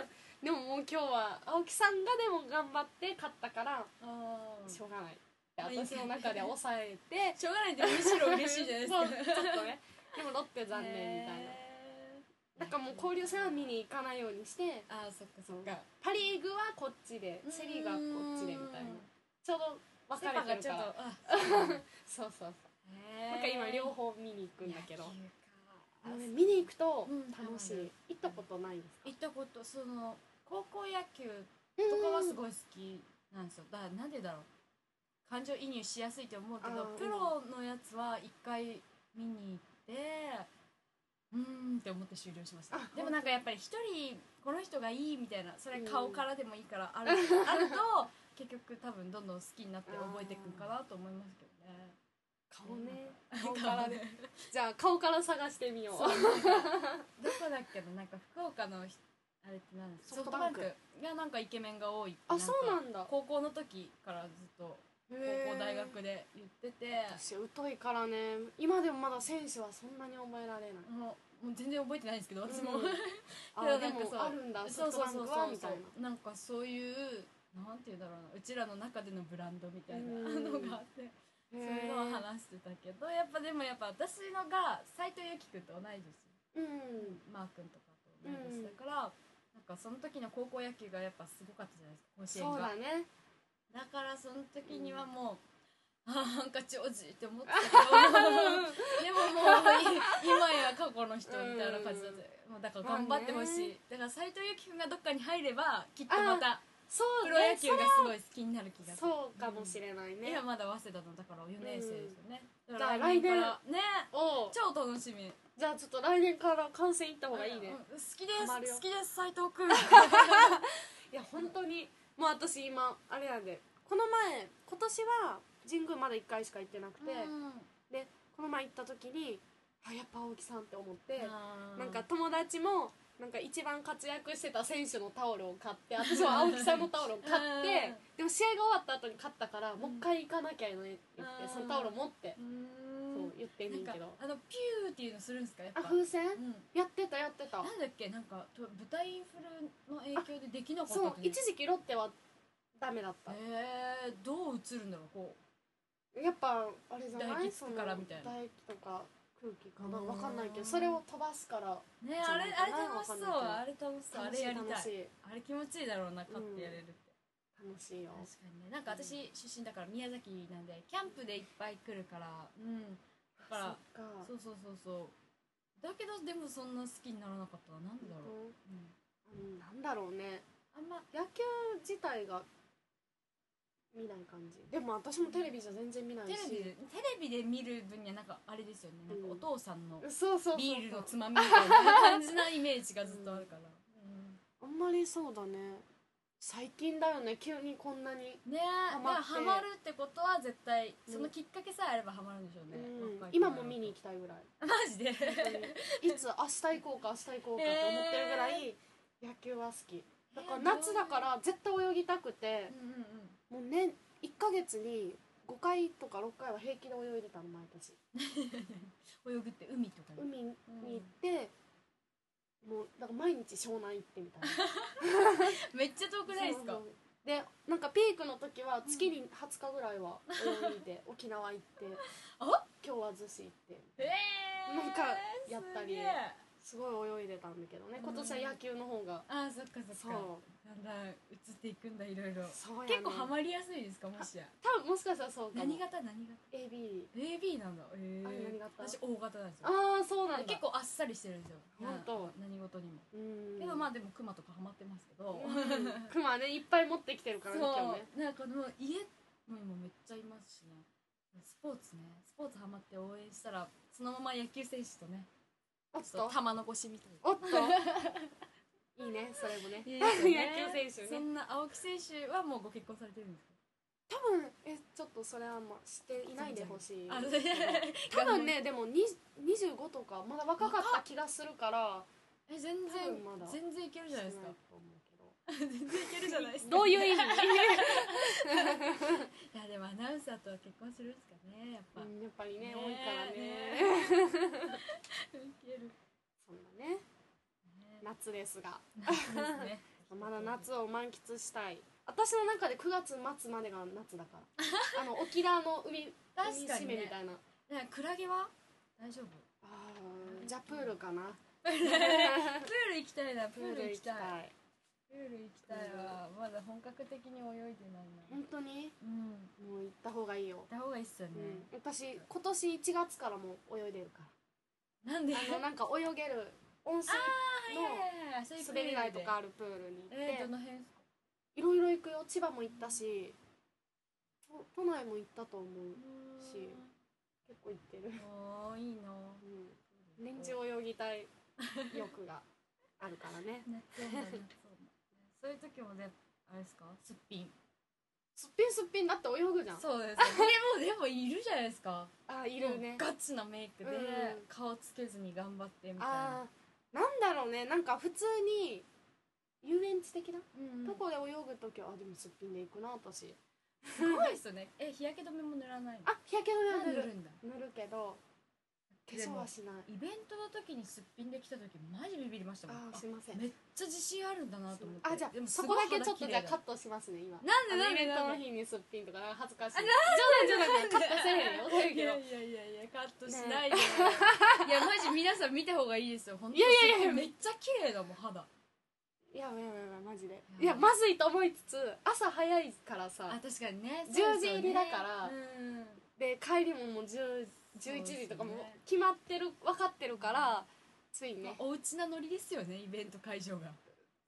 A: そうそうやねそ
B: ぶに喜ぶ
A: う (laughs) でももう今日は青木さんがでも頑張って勝ったから
B: あー
A: しょうがないって私の中で抑えて (laughs)
B: しょうがないってむしろ嬉しいじゃないですか
A: そうちょっとねでもロッテ残念みたいな
B: へー
A: だからもう交流戦は見に行かないようにして
B: あーそっかそっか
A: パ・リーグはこっちでセ・リーグはこっちでみたいなちょうど分
B: セ
A: か
B: パ
A: れ
B: が
A: てる
B: ちょ
A: か
B: っと
A: ら
B: あ
A: そうそうそう
B: へー
A: なんか今両方見に行くんだけど
B: 野球か
A: あのね見に行くと
B: うん
A: 楽しい
B: た
A: 行った
B: まに
A: ことないですか
B: 行ったことその高校野球
A: と
B: とかはす
A: い
B: ごい好きなんですよだからなんでだろう感情移入しやすいと思うけ
A: あ
B: ど
A: ー
B: プロのやつは一回見に行ってうーんって思って終了しました
A: あ
B: でもなんかやっぱり一人この人がいいみたいなそれ
A: うん
B: 顔からでもいいから
A: (laughs)
B: あるあると結局多分どんどん好きになって覚えていくんかなと思いますけどね
A: 顔ね
B: な
A: 顔
B: ん
A: からねじゃあ顔から探してみよう
B: どこだっけどなんか福岡のひあれってなんですか
A: ソフ
B: ソフ
A: トバ
B: トバ
A: ン
B: ン
A: ク
B: クがなんかイケメンが多いって
A: あ
B: か
A: そうなんだ
B: 高校の時からずっと
A: 高
B: 高校大学で言ってて、
A: 私疎いからね今でもまだ選手はそんなに覚えられない
B: もうもう全然覚えてないんですけど私も、
A: うんあ
B: け
A: で
B: どなんか
A: も
B: そう
A: あるんだ
B: そ
A: ソ
B: う
A: フト
B: そ
A: バンク
B: うそうそ
A: は
B: う
A: みたいな
B: なんかそういうなんていうんだろうなうちらの中でのブランドみたいな
A: うん
B: のがあってそういう
A: へ
B: のを話してたけどやっぱでもやっぱ私のが斎藤由貴君と同い年
A: ー
B: マー君とかと同い年だから、なんかその時の高校野球がやっぱすごかったじゃないです
A: うんそう
B: か甲子園が
A: だね
B: だからその時にはもう、ああハンカチ王子って思ってたけど
A: (laughs)
B: でももうい今や過去の人みたいな感じだって、もうだから頑張ってほしい、だから斎藤由貴君がどっかに入ればきっとまた
A: そうね
B: プロ野球がすごい好きになる気がする、
A: そうかもしれないね
B: 今まだ早稲田のだから4年生ですよね、
A: ん
B: だから来年か
A: じゃ
B: らね
A: おう
B: 超楽しみ
A: じゃあちょっと来年から観戦行った方がいいね
B: うん好きで
A: ハマるよ
B: す好きです斎藤
A: (laughs)
B: 君
A: いや本当にもう私今あれなんでこの前今年は神宮まだ1回しか行ってなくてでこの前行った時にあやっぱ青木さんって思って
B: な
A: なんか友達もなんか一番活躍してた選手のタオルを買って
B: (laughs)
A: 私は青木さんのタオルを買ってでも試合が終わった後に勝ったからもう一回行かなきゃいけないって言っ
B: う
A: て
B: ん
A: そのタオル持って
B: う
A: そうん言ってんねん
B: なん
A: け
B: か
A: ど
B: あのピューっていうのするんですかやっ
A: あ
B: ぱ
A: 風船
B: うん
A: やってたやってた
B: なんだっけなんかと舞台インフルの影響でできなかった
A: そう
B: って
A: 一時期ロッテはダメだった
B: えー、どう映るんだろうこ
A: やっぱあれじゃない
B: 唾液吸うからみたい
A: そ
B: な
A: の唾液とか空気かな
B: うん
A: 分かんないけどそれを飛ばすから
B: うねあれあれ楽しそう
A: わか
B: あれ楽しそうあ
A: 楽
B: れ
A: しい
B: やり
A: 楽
B: た
A: し
B: い
A: い
B: あれ気持ちいいだろうな勝ってやれるって、
A: 楽しいよ
B: 確かにねなんか私出身だから宮崎なんでキャンプでいっぱい来るからうんだ
A: そ
B: か
A: っ
B: ら
A: か
B: そうそうそうそうだけどでもそんな好きにならなかったのはなんでだろう、うん
A: うんなんだろうね
B: あんま
A: 野球自体が見ない感じでも私もテレビじゃ全然見ない
B: テ
A: し
B: レビでテレビで見る分にはなんかあれですよね、なんかお父さんの
A: そうそうそうそう
B: ビールのつまみみたいな感じなイメージがずっとあるから、
A: あんまりそうだね最近だよね急にこんなに、
B: ねえ
A: ハ
B: ハ
A: マって
B: マハマるってことは絶対そのきっかけさえあればハマるんでしょうね、
A: うん
B: 若い
A: 今
B: 頃
A: も見に行きたいぐらい
B: (laughs) マジで
A: 本当にいつ明日行こうか明日行こうかって思ってるぐらい野球は好きだから夏だか、ら絶対泳ぎたくて
B: うんうんうん、
A: もう年1ヶ月に5回とか6回は平気で泳いでたの毎年
B: 泳ぐって海とかに
A: 海に行って、もうだから毎日湘南行ってみたいな
B: めっちゃ遠くないですか
A: そうそうでなんかピークの時は月に20日ぐらいは泳い
B: (laughs)
A: で沖縄行って
B: あ
A: 今日は逗子行って
B: えー、
A: なんかやったり
B: すげえ
A: すごい泳いでたんだけどね今年は野球の方が、
B: あーそっかそっ
A: そう
B: かだんだん映っていくんだいろいろ
A: そうやね
B: 結構ハマりやすいですかもしや
A: 多分もしかしたらそうかも
B: 何型何型
A: AB
B: AB なんだえー、
A: あれ何型
B: 私 O 型なんですよ
A: ああそうなんだ
B: 結構あっさりしてるんですよ
A: ほんと
B: な何事にも、
A: うん
B: けどまあでもクマとかハマってますけど、
A: うんクマねいっぱい持ってきてるからね今日ね
B: そうなんかもう家も今めっちゃいますしねスポーツねスポーツハマって応援したらそのまま野球選手とね
A: おっ
B: ちょ
A: と
B: っと玉残しみたい
A: おっと (laughs) いいねそれもね
B: な、
A: 野球
B: (laughs)
A: 選手
B: そ
A: ね
B: んな青木選手はもうご結婚されてるんですか
A: 多分えちょっとそれはまあしていないでほしい
B: あの
A: 多分ねでもに25とかまだ若かった気がするから
B: (laughs) え全然
A: 多分まだ
B: 全然いけるじゃないですか
A: してと思うけど
B: 全然いけるじゃないですか
A: どういう意味 (laughs)
B: いやでもアナウンサーとは結婚するんですかねやっぱ、
A: うんやっぱりね
B: ね
A: 多いからね (laughs)
B: いける
A: そんなね
B: ね
A: 夏ですが
B: 夏ですね
A: まだ夏を満喫したい私の中で9月末までが夏だ
B: (laughs)
A: からあの沖縄の海
B: 確か
A: 海
B: に
A: 締
B: ね
A: めみたいな
B: ねクラゲは大丈夫
A: あーじゃあプールか
B: (laughs)
A: な
B: プール行きたいなプ
A: プ
B: ー
A: ー
B: ル
A: ル
B: 行
A: 行
B: き
A: き
B: た
A: た
B: い
A: い
B: プール行きたいわまだ本格的に泳いでないな
A: 本当に
B: うん行
A: もう行った方がいいよ、
B: った方がいいっすよね、
A: うん、私今年1月からもう泳いでるか
B: なんで (laughs)
A: らあのなんか泳げる温泉
B: はいそういうプー
A: 滑
B: ル
A: り
B: で
A: 台とかあるプールに行
B: えー、
A: っ
B: ど
A: て
B: の辺ですか
A: いろいろ行くよ千葉も行ったしと都内も行ったと思うし結構行ってる、
B: おーいいな
A: うん、年中泳ぎたい欲があるからね
B: 夏そうだ夏そうだそういう時もねあれですかすっぴん
A: すっぴんすっぴんだって泳ぐじゃん
B: そうですよでもでもいるじゃないですか
A: あいるね
B: ガチなメイクで
A: うん
B: 顔つけずに頑張ってみたいな
A: あーなんだろうねなんか普通に遊園地的な、
B: うん
A: とこで泳ぐ時はあでもすっぴんで行くな私
B: すごいっすよねえ日焼け止めも塗らないの
A: あ日焼け止めは
B: 塗
A: 塗る
B: るんだ
A: 塗るけど化
B: で
A: 粧
B: も
A: はしない
B: イベントの時にすっぴんできた時マジビビりましたもん
A: あーすいません
B: めっちゃ自信あるんだなと思って
A: あじゃ
B: でも
A: あそ
B: すご
A: こ
B: い
A: だけちょっと
B: 肌
A: じ
B: 綺麗
A: ゃあ
B: だ
A: カットしますね今
B: なんで
A: あの
B: なん
A: イ
B: で
A: ベントの日に
B: なんで
A: すっぴんとかなんか恥ずかしい
B: あ
A: 冗
B: な
A: 談じゃなくカットせえへんよだけ
B: い
A: ど
B: やいやいやいやカットしないで、いやマジ皆さん見た方がいいですよ本当
A: いや
B: に
A: いやいや
B: めっちゃ綺麗だもん肌
A: いやいやいやいやマジで
B: うん
A: いやまずいと思いつつ朝早いから
B: あ
A: さ
B: 確かにね
A: 10
B: そうですよ
A: 時入り
B: ね
A: だから
B: うん
A: で帰りももう10
B: そうですね
A: 11時とかも決まってる分かってるからつい
B: まあ
A: ね
B: おうちなノリですよねイベント会場が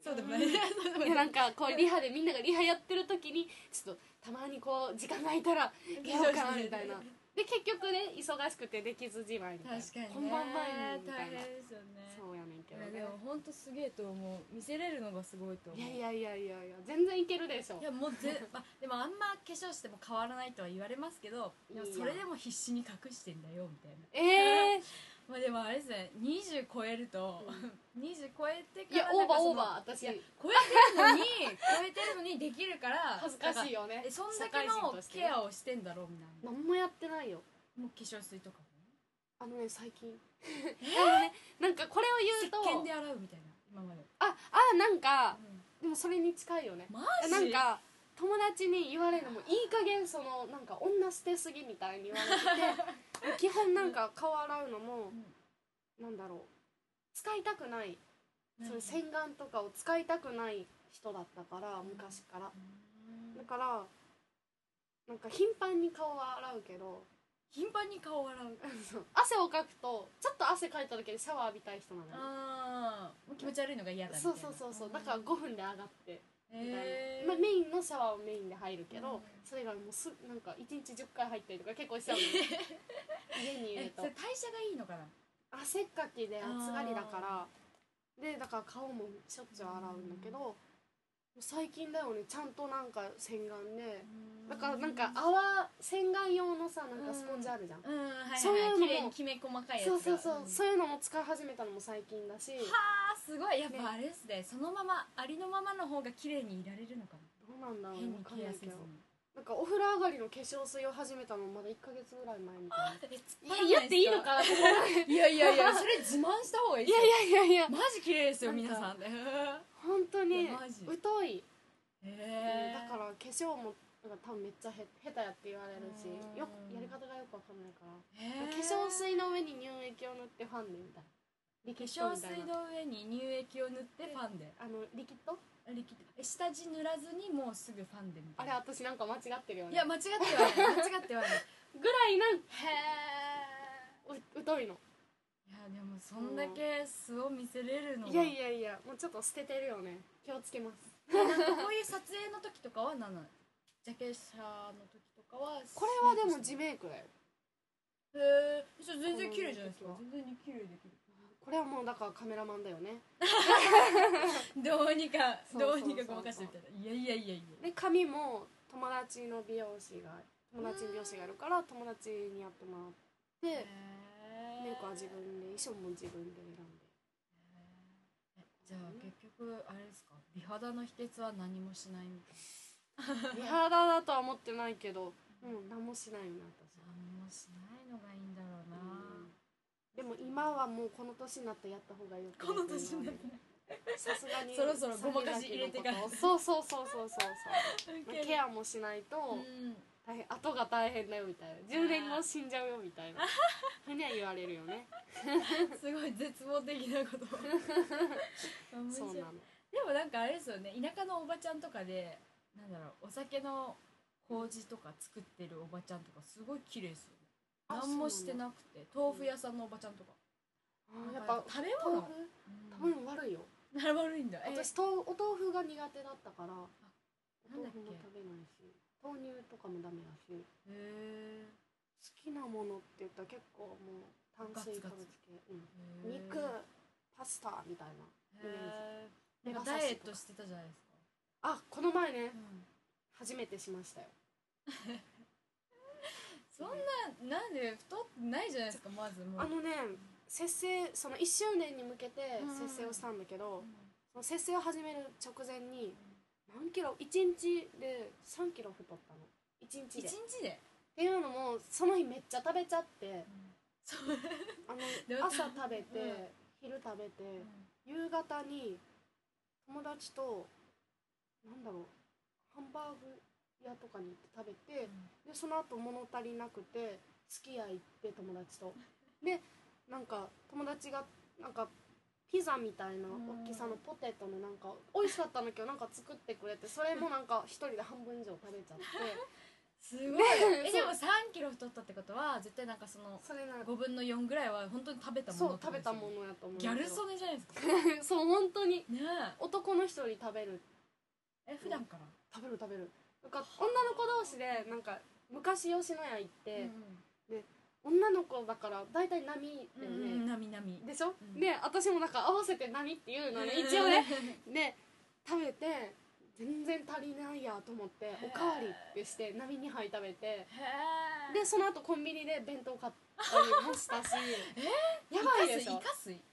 B: そうでもない、そうでも
A: いや
B: な
A: なんかこうリハでみんながリハやってる時にちょっとたまにこう時間空いたら
B: い
A: やろうかなみたいなで結局ね忙しくてできずじまいみたいな
B: 確かにね
A: 本番前にみたいな
B: 大変ですよね
A: そうやねんけど
B: いやで
A: ね
B: も本当すげえと思う見せれるのがすごいと思う
A: い
B: い
A: やいやいやいやいや全然いけるでしょ
B: いやもうぜ、まあ、でもあんま化粧しても変わらないとは言われますけどでも
A: いいや
B: それでも必死に隠してんだよみたいな
A: ええ
B: まあでもあれですね20超えると、20超え
A: い
B: てか
A: や
B: ら
A: オー
B: なんか
A: バー
B: その
A: オーバー
B: いや
A: 私
B: 超えてるのに超えてるのにできるから
A: 恥ずかしい
B: い
A: よね
B: えそんだけのケアをしてんだろうみたいな
A: 何もやってないよ
B: もう化粧水とかも
A: あのね最近あのねなんかこれ
B: 石
A: を言うと
B: 鹸で洗うみたいな今まで、
A: ああなん
B: う
A: か
B: ん
A: でもそれに近いよね
B: マジ
A: なんか友達に言われるのもいい加減そのなんか女捨てすぎみたいに言われてて
B: (laughs)
A: 基本なんか顔洗うのも
B: うん
A: なんだろう使いたくない
B: なん
A: そ
B: か
A: れ洗顔とかを使いたくない人だったから昔から
B: うん
A: だからなんか頻繁に顔は洗うけど
B: 頻繁に顔を洗う
A: そう汗をかくとちょっと汗かいただけでシャワー浴びたい人なのよ
B: あーもう気持ち悪いのが嫌だみたい
A: そ
B: な
A: うそうそうそうだから5分で上がってみたいな、
B: へー
A: まあ、メインのシャワーをメインで入るけど、
B: うん
A: それがもうすなんか1日10回入ったりとか結構しちゃ (laughs) うの家にいる
B: え
A: と
B: それ代謝がいいのかな
A: 汗っかきで暑がりだからでだから顔もしょっちゅう洗うんだけど、最近だよねちゃんとなんか洗顔でだからなんか泡洗顔用のさなんかスポンジあるじゃん、
B: うんはいはい、はい、
A: そういうのも
B: 綺麗にきめ細かいやつ
A: そう
B: が
A: そうそう、
B: ん
A: そういうのも使い始めたのも最近だしど
B: はあすごいやっ
A: ね
B: ぱあれですねそのままありのままの方が綺麗にいられるのか
A: うな
B: な
A: んだろう
B: 変
A: わ
B: に
A: かんな
B: ケア
A: い
B: せず
A: け
B: に
A: どなんかお風呂上がりの化粧水を始めたのまだ1か月ぐらい前みたいないや言っ
B: え
A: ていいのかなここまで
B: いやいやいやそれ自慢した方が
A: い
B: いい
A: や
B: や
A: いやいやいや
B: マジ綺麗ですよ
A: なん
B: 皆
A: か
B: さんへ
A: 本当
B: い
A: に
B: やマジ
A: 疎い、
B: え
A: だから化粧もなんか多分めっちゃへ下手やって言われるし
B: うん
A: よくやり方がよくわかんないから
B: へー
A: 化粧水の上に乳液を塗ってファンデみたいな
B: 化
A: リキッド
B: 粧
A: みたい
B: 水
A: な
B: の上に乳液を塗ってファンで
A: あのリキッド
B: 力え下地塗らずにもうすぐファンでみた
A: あ
B: い
A: れ
B: な
A: 私なんか間違ってるよね
B: いや間違ってはない間違ってはない
A: ぐらいなんう
B: へえ
A: 疎いの
B: いやでもそんだけ素を見せれるのはい
A: やいやいやもうちょっと捨ててるよね気をつけます
B: なんかこういう撮影の時とかは何なのジャケ写の時とかは
A: これはでも地メイクだよ
B: へえそれ全然綺麗じゃないですか
A: こ
B: 全然綺麗できる
A: これはもうだからカメラマンだよね
B: どうにか
A: そうそううそ
B: ど
A: うそう
B: にかごまかしてみたいないやいやいやいや
A: で髪も友達の美容師が友達に美容師がいるから友達にやってもらって
B: へー
A: メイクは自分で衣装も自分で選んで
B: えじゃあ結局あれですか美肌の秘訣は何もしないみたい
A: 美肌だとは思ってないけどうん何もしないよね私
B: な何もしないのがいいんだろうな
A: うんでも今はもうこの年になってやった方がいいよ
B: この年になって
A: さすがに
B: そろそろごまかし入れてから
A: 先々のことそうそうそうそう
B: (laughs)
A: そうそうまあケ
B: ア
A: アもしないと
B: うん
A: 大変後が大変だよみたいな10年後死んじゃうよみた
B: (laughs)
A: いなふうには言われるよね
B: すごい絶望的なこと面
A: そう
B: 白い
A: なの
B: でもなんかあれですよね田舎のおばちゃんとかでなんだろうお酒の麹とか作ってるおばちゃんとかすごい綺麗ですよね
A: あ
B: 何もしてなくて豆腐屋さんのおばちゃんとか、
A: あーや
B: なん
A: っ
B: か
A: ぱ
B: 食べ
A: 豆
B: 物
A: 腐多
B: うん
A: 分悪いよ
B: な悪いんだえ
A: 私とお豆腐が苦手だったからお
B: なんだ
A: 豆
B: っけ
A: 腐も食べないし豆乳とかもダメだし
B: へえ
A: 好きなものって言ったら結構もう炭水化物系、うん、肉パスタみたいな
B: へ
A: イメージ
B: ーなんかダイエットしてたじゃないですか、
A: あこの前ね
B: うん
A: 初めてしましたよ
B: そんななんで太ってないじゃないですかまずもう
A: あのね節制その1周年に向けて節制をしたんだけど、そ
B: うん
A: もう節制を始める直前に何キロ1日で3キロ太ったの1日
B: 一
A: でっ
B: 日で
A: ていうのもその日めっちゃ食べちゃって
B: そう
A: あ
B: で
A: の
B: も
A: 朝食べて、
B: うん
A: 昼食べて、夕方に友達となんだろうハンバーグ屋とかに行って食べて、でその後物足りなくてすき家行って友達とでなんか友達がなんかピザみたいな
B: うん
A: 大きさのポテトのなんか美味しかったんだけどなんか作ってくれてそれもなんか一人で半分以上食べ
B: (laughs)
A: ちゃって
B: すごいえでも3キロ太ったってことは絶対なんかその
A: それなんか
B: 5分の4ぐらいは本当に食べたもの
A: そう
B: って
A: 食
B: こと
A: べ
B: です
A: た
B: よね
A: ものやと思う
B: ギャル
A: そ
B: 曽根じゃないです
A: (laughs)
B: か
A: そう本当に
B: ね
A: 男の人より食べる
B: ええ普段から
A: 食べる食べるなんか女の子同士でなんか昔吉野家行って、女の子だから大体波だよね、
B: うんうんなみなみ
A: でしょ、
B: うん
A: で私もなんか合わせて何っていうのね一応ねで食べて全然足りないやと思っておかわりってして波2杯食べて
B: へえ
A: でその後コンビニで弁当買ったりもした
B: (laughs)
A: しやばいでしょ
B: イカ水イカ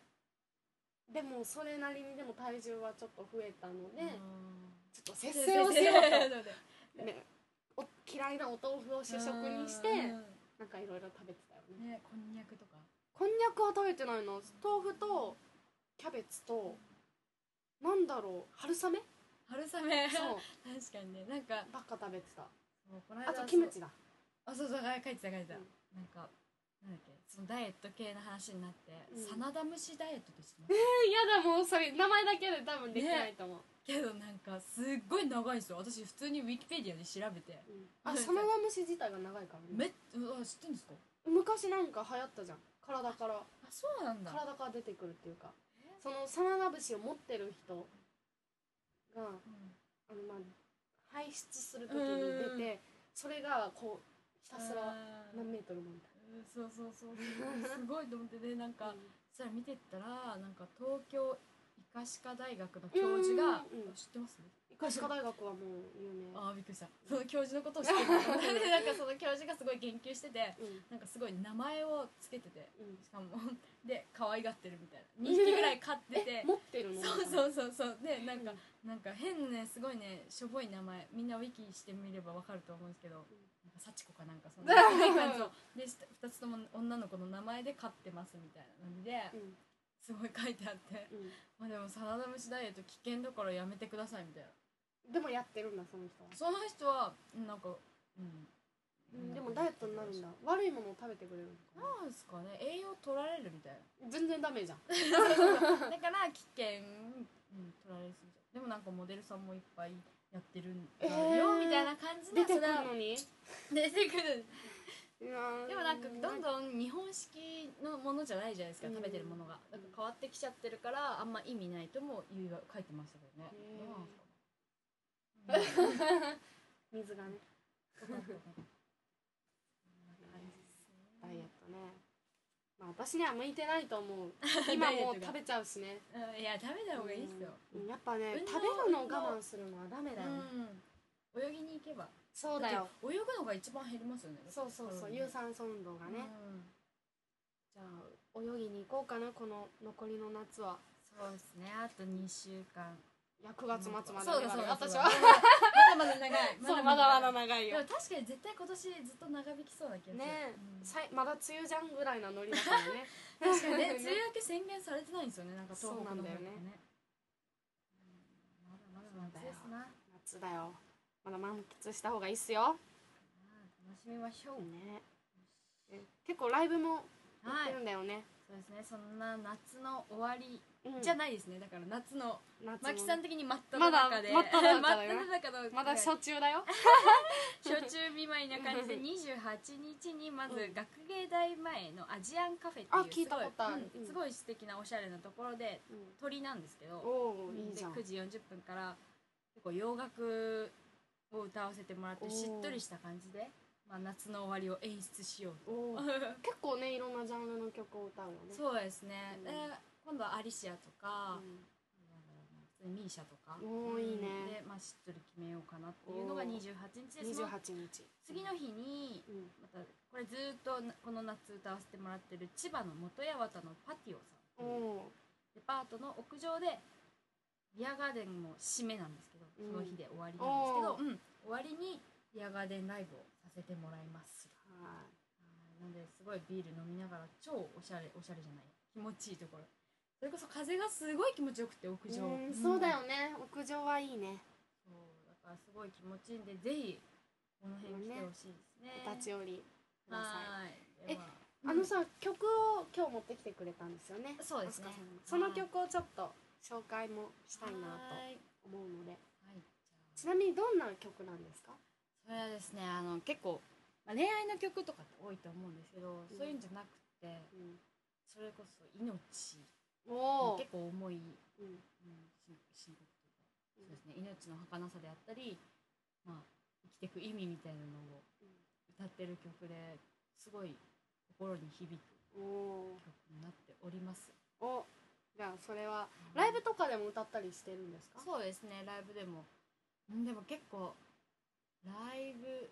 B: 水
A: でもそれなりにでも体重はちょっと増えたので、
B: うん
A: ちょっと節制をしよう
B: と
A: と、ね、お嫌いなお豆腐を主食にしてなんかいろいろ食べてたよね
B: ねこんにゃくとか
A: こんにゃくは食べてないの豆腐とキャベツとなんだろう春 (laughs) 雨
B: 春雨
A: そう
B: 確かにねなんか
A: ばっか食べてた
B: もうこの
A: (laughs)
B: 間
A: あとキムチだ
B: あそうそう書いてた書いてた、
A: うん
B: なんかなんだっけそのダイエット系の話になって、
A: うん
B: 真田虫ダイエットですね
A: やだもうそれ名前だけで多分できないと思う、
B: けどなんかすっごい長いんですよ私普通にウィキペディアで調べて
A: うんあサナダムシ自体が長いから
B: め
A: ね
B: っうわ知ってんですか
A: 昔なんか流行ったじゃん体から
B: あそうなんだ
A: 体から出てくるっていうかそのサナダムシを持ってる人が
B: うん
A: あのまあ排出する時に出てそれがこうひたすら
B: あー
A: 何メートルもみ
B: うんそうそうそうすごいと思ってでなん
A: たい
B: か
A: な
B: そしたら見てったらなんか東京医科歯科大学の教授が
A: うんうんうん
B: 知ってます
A: 医科歯科大学はもう有名
B: ああびっくりしたその教授のことを知ってるでなんかその教授がすごい研究してて
A: うん
B: なんかすごい名前をつけてて
A: うん
B: しかもで可愛がってるみたいな2匹ぐらい飼って
A: え
B: て
A: 持ってるの
B: そう
A: う
B: そうそうそうでなん
A: う
B: か
A: ん
B: なんか変ねすごいねしょぼい名前みんなウィキしてみればわかると思うんですけど、なんか幸子かなんかそんな感じのでした2つとも女の子の名前で飼ってますみたいなので
A: うん
B: すごい書いてあって、
A: う
B: まあ、でもサナダムシダイエット危険だからやめてくださいみたいなん
A: でもやってるんだその人は
B: その人はなんかうん
A: うんでもダイエットになるんだ悪いものを食べてくれるのか
B: なんですかね栄養取られるみたいな
A: な全然ダメじゃん
B: だから危険、うん、取られすぎちゃうでもなんかモデルさんもいっぱいやってるんだよ、
A: えー
B: みたいな感じで
A: 出てくる
B: そ
A: のに
B: れは出てくる
A: いやー
B: でもなんかどんどん日本式のものじゃないじゃないですか、
A: うん
B: 食べてるものがなんか変わってきちゃってるからあんま意味ないとも言いが書いてましたけどね
A: へー
B: どうなんですかね
A: 水がね
B: うんよかったねそんな感じですね
A: ダイエットねまあ私には向いてないと
B: (laughs)
A: 思う今もう食べちゃうしね
B: うんいや食べた方がいいですよ、
A: うんやっぱね
B: 運動
A: 食べるのを我慢するのはダメだよね
B: うん泳ぎに行けば
A: そうだよ
B: って泳ぐのが一番減りますよね
A: そうそうそう
B: ね
A: 有酸素運動がね
B: うん
A: じゃあ泳ぎに行こうかなこの残りの夏は
B: そうですねあと2週間
A: いや9月末まで
B: そうだ
A: ま
B: そう
A: だ
B: だ
A: 私
B: そうだ
A: は
B: まだまだ長
A: そ
B: い
A: うまだまだ長い
B: で
A: よ
B: も確かに絶対今年ずっと長引きそうな気がする
A: ねえ
B: うん
A: さいまだ梅雨じゃんぐらいなノリだからね
B: (laughs) 確かにね梅雨明け宣言されてないんですよねなんか東北の方とか
A: そうなんだよ
B: うんまだまだ夏ですな
A: 夏だよまだ満喫した方がいいっすよ、
B: うん楽しみましょう
A: ね、え結構ライブもやっ
B: は
A: て
B: い
A: るんだよね、
B: そうですねそんな夏の終わり
A: うん
B: じゃないですねだから夏の
A: 夏も
B: マキさん的に真っ只中で
A: まだ真っ只中だよね
B: 真っ只中の
A: まだ初中だよ
B: (laughs) 初中見舞いな感じ (laughs) で28日にまず学芸大前のアジアンカフェ
A: あ
B: って
A: 聞
B: いう
A: いたことある
B: すごいうんすごい素敵なおしゃれなところで鳥なんですけど
A: おおいいじゃん
B: で9時40分から結構洋楽を歌わせてもらって
A: おー
B: しっとりした感じで、まあ、夏の終わりを演出しよう
A: お (laughs) お結構ねいろんなジャンルの曲を歌うよね
B: そうですね、
A: うん
B: で今度はアリシアとか、
A: う
B: 普通にミーシャとか
A: おーいいね
B: うんで、まあ、しっとり決めようかなっていうのが28日
A: ん、
B: でその
A: 28日
B: 次の日に
A: うん
B: またこれずーっとなこの夏歌わせてもらってる千葉の元八幡のパティオさん
A: おお
B: デパートの屋上でビアガーデンも締めなんですけど、
A: うん
B: その日で終わりなんですけど
A: お、
B: うん、終わりにビアガーデンライブをさせてもらいます
A: は
B: はいなんですごいビール飲みながら超おしゃれおしゃれじゃない気持ちいいところそれこそ風がすごい気持ちよくて屋
A: い
B: 上、
A: うん
B: ん
A: そうだよね屋上はいいね
B: そうだからすごい気持ちいいんでぜひこの辺来てほしいですね
A: お立ち寄りくださ
B: はーい
A: え
B: では、
A: いあのさ曲を今日持ってきてくれたんですよね
B: そうですね
A: あすかさんがその曲をちょっと紹介もしたいな
B: はーい
A: と思うので
B: はいじ
A: ちなみにどんな曲なんですか
B: ゃあそれはですねあの結構、まあ、恋愛の曲とかって多いと思うんですけど、
A: うん
B: そういうんじゃなくてそれこそ「命」
A: うんおお
B: 結構重い、うん、
A: うん
B: 深深刻というかそうですね「命の儚さ」であったり、まあ、生きていく意味みたいなのを歌ってる曲ですごい心に響く
A: うんお
B: 曲になっております
A: ーおじゃあそれはライブとかでも歌ったりしてるんですか
B: そうですねライブでもうんでも結構ライブ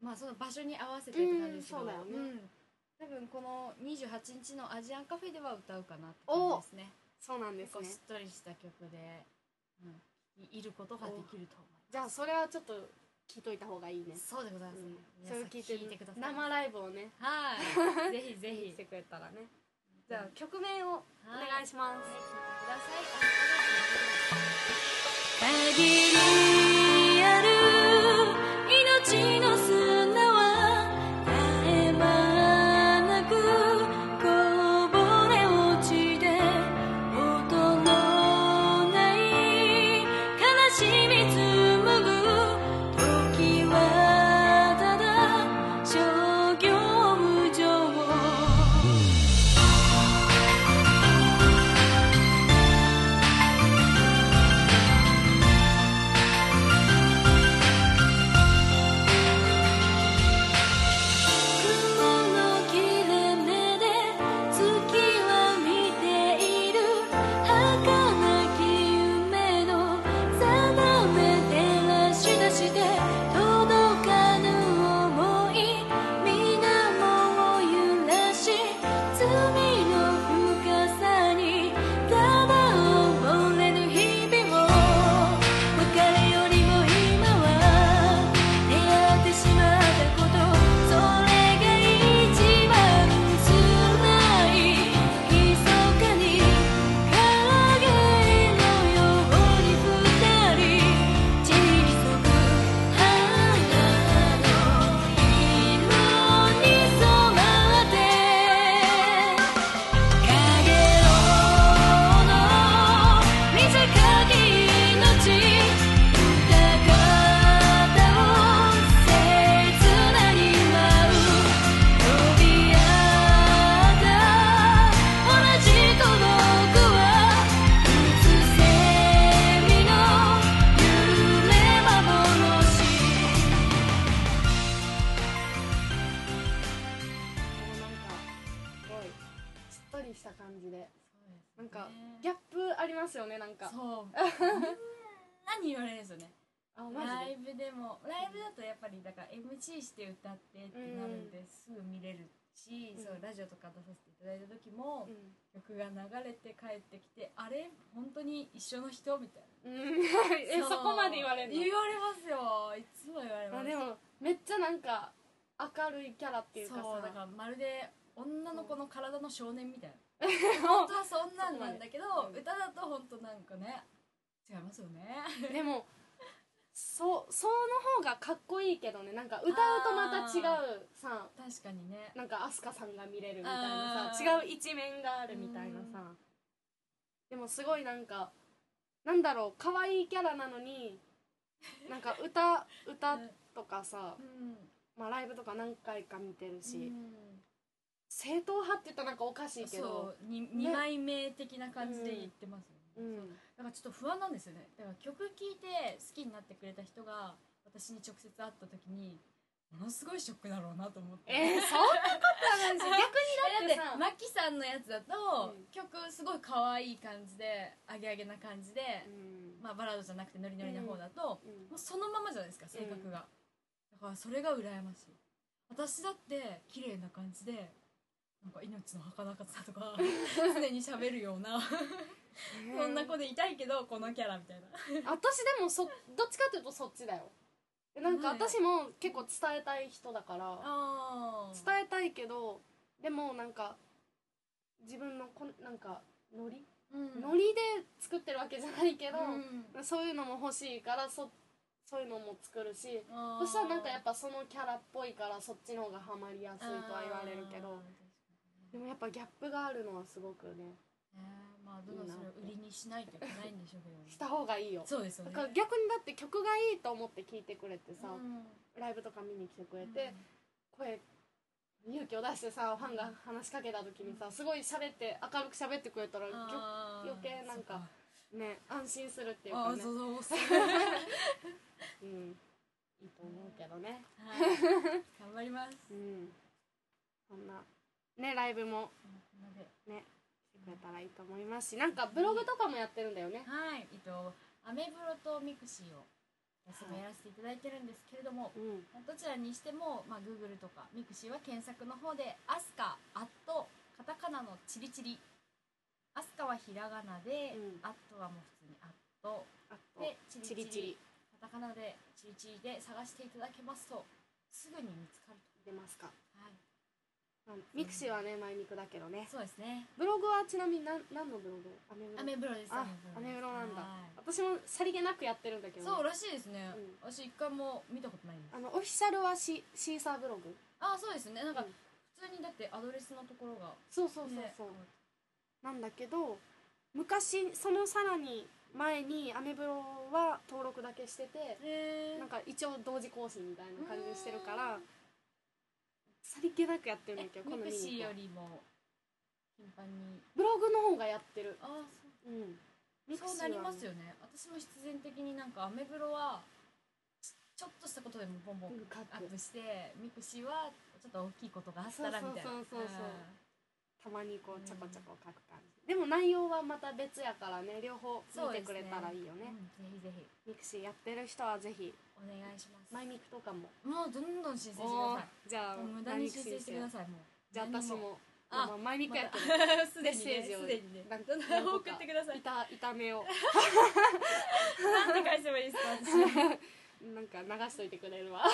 B: まあその場所に合わせてって感じですけど
A: うんそうだよね
B: ん多分この28日のアジアンカフェでは歌うかなって感じですね
A: そうなんで
B: 結
A: す
B: 構
A: ね
B: しっとりした曲で、うん、いいることができると思います
A: じゃあそれはちょっと聞いといた方がいいね
B: そうでございます、
A: うん
B: 皆
A: そ
B: さ
A: れ
B: ん
A: を聞いて
B: 聞いてください
A: 生ライブをね
B: は
A: (laughs)
B: いぜひぜ
A: 見
B: ひ
A: てくれたらねじゃあ曲名をお願いします、
B: 限りある命の砂は絶え間なくこぼれ落ちて音のない悲しみ紡ぐ時はただ諸行無常雲の切れ目で月は見ている儚き夢の定め照らし出して届かぬ想い水面を揺らし罪の深さにただ溺れる日々を別れよりも今は出会ってしまったことそれが一番つらい密かにからげのように二人小さく花の色に染まって「影の短き命を高を切なに舞う」「飛び合った同じ孤独はうつせみの夢幻」
A: もうなんかすごいしっとりした感じでなんかギャップありますよねなんか
B: そうみんなに言われるんですよね
A: あマ
B: ラ
A: ジで
B: イブでもライブだとやっぱりだから MC して歌ってってなるんですぐ見れるし、
A: うん
B: そうラジオとか出させていただいた時も、
A: う
B: 曲が流れて帰ってきてあれ本当に一緒の人みたい
A: ん、うん、え
B: な
A: そこまで言われる
B: 言
A: の
B: われますよいつも言われま
A: あ
B: す
A: でもめっちゃなんか明るいキャラっていうかさ
B: そうだからまるで女の子の体の少年みたいな
A: も
B: (laughs) 本当はそんなんなんだけど
A: そう
B: 歌だと本当なんかね違いますよね
A: うでもそその方がかっこいいけどねなんか歌うとまた違うさ
B: 確かにね
A: なんか飛鳥さんが見れるみたいな
B: あ
A: さ
B: ー
A: 違う一面があるみたいなさでもすごいなんかなんだろう可愛いキャラなのになんか歌歌とかさ、
B: うん
A: まあ、ライブとか何回か見てるし、
B: うん
A: 正統派って言ったらなんかおかしいけど
B: そうに二枚目的な感じで言ってますよ
A: う
B: ね、
A: ん
B: そうだからちょっと不安なんですよねだから曲聴いて好きになってくれた人が私に直接会った時にものすごいショックだろうなと思って、
A: えー、そんなことないし逆に
B: (laughs) だっ
A: だっててさ
B: マキさんのやつだと、
A: うん
B: 曲すごい可愛い感じでアゲアゲな感じで、
A: うん
B: まあ、バラードじゃなくてノリノリな方だと、
A: うん
B: もうそのままじゃないですか性格が、だからそれが羨ましい私だって綺麗な感じで
A: (laughs)
B: なんか命の儚かさとか常に喋るようなそんんな子でいたいけどこのキャラみたいな
A: 私でもそどっちかっていうとそっちだよなんか
B: はい
A: 私も結構伝えたい人だから
B: あー
A: 伝えたいけどでもなんか自分のこんなんかノリ、
B: うん
A: ノリで作ってるわけじゃないけど、
B: うん
A: そういうのも欲しいからそそういうのも作るし
B: あー
A: そしたらなんかやっぱそのキャラっぽいからそっちの方がハマりやすいとは言われるけ
B: あー
A: ど
B: 確か
A: でもやっぱギャップがあるのはすごくね
B: にねまあどうだろうそれを売りにしないといけないんでしょうけどね
A: した方がいいよ
B: そうですよ
A: だ
B: ね
A: から逆にだって曲がいいと思って聴いてくれてさ、
B: うん
A: ライブとか見に来てくれて、声勇気を出してさファンが話しかけた時にさすごい喋って明るく喋ってくれたら
B: うん
A: き
B: あー
A: 余計なんかょね安心するってい
B: そっ
A: う
B: かあ
A: か
B: ー
A: ね
B: そうそうそう
A: (laughs) うんいいと思うけどね
B: はい頑張ります
A: うんそんなねライブも
B: なので
A: 来てくれたらいいと思いますしなんかブログとかもやってるんだよね
B: はいえっとアメブロとミクシーを私もやらせていただいてるんですけれども、
A: うん
B: どちらにしても、まあ、Google とか Mixi は検索の方で「アスカアットカタカナのチリチリ」アスカはひらがなで、
A: うん
B: アットはもう普通にアット
A: あと
B: でチリチ
A: チ
B: リ
A: リチリ
B: カタカナでチリチリで探していただけますとすぐに見つかる
A: 出ますか
B: と、
A: あ
B: はい、
A: のミクシーはねマイミクだけどね
B: そうですね
A: ブログはちなみに何何のブログアメブロ
B: アメブロです
A: あ
B: です
A: アメブロなんだ
B: はい
A: 私もさりげなくやってるんだけどね、
B: そうらしいですね、
A: うん
B: 私一回も見たことないです
A: あのオフィシャルはシシーサーブログ
B: あそうですねなんか
A: うん
B: 普通にだってアドレスのところが
A: そうそうそう
B: ね
A: そう、なんだけど昔そのさらに前にアメブロは登録だけしてて
B: へー
A: なんか一応同時更新みたいな感じにしてるからさりげなくやってるんだけど
B: ミク
A: 二
B: シー
A: 個
B: よりも頻繁に
A: ブログの方がやってる
B: ああ
A: うん
B: そうそうなり
A: はね
B: ますよね私も必然的になんかアメブロはちょちょっとしたことでもボンボン
A: うん書く
B: アップしてミクシーはちょっと大きいことがあったらみたいな
A: そうそうそうそうそうた
B: あ
A: まにこうちょこちょこ書く感じ、でも内容はまた別やからね両方
B: ー
A: 見てくれたらいいよね
B: そうで
A: ミ
B: すねうんぜひぜひ
A: クシーやってる人はぜひ
B: お願いします
A: マイミクとかも
B: もうどんどん申請してく
A: お
B: だ
A: ー
B: さ
A: じゃあ
B: いもう無駄に申請してくださいもう
A: じゃあ私も
B: あ
A: まあ、マイミクやってる、
B: るす
A: メッ
B: でに
A: セ
B: ね
A: ージを
B: (laughs) すでにね
A: なん (laughs)
B: どん
A: なん
B: どん
A: か
B: 送ってください
A: 痛痛めを
B: なんて返せばいいで
A: (laughs)
B: すか私
A: なんか流しといてくれ (laughs) るわ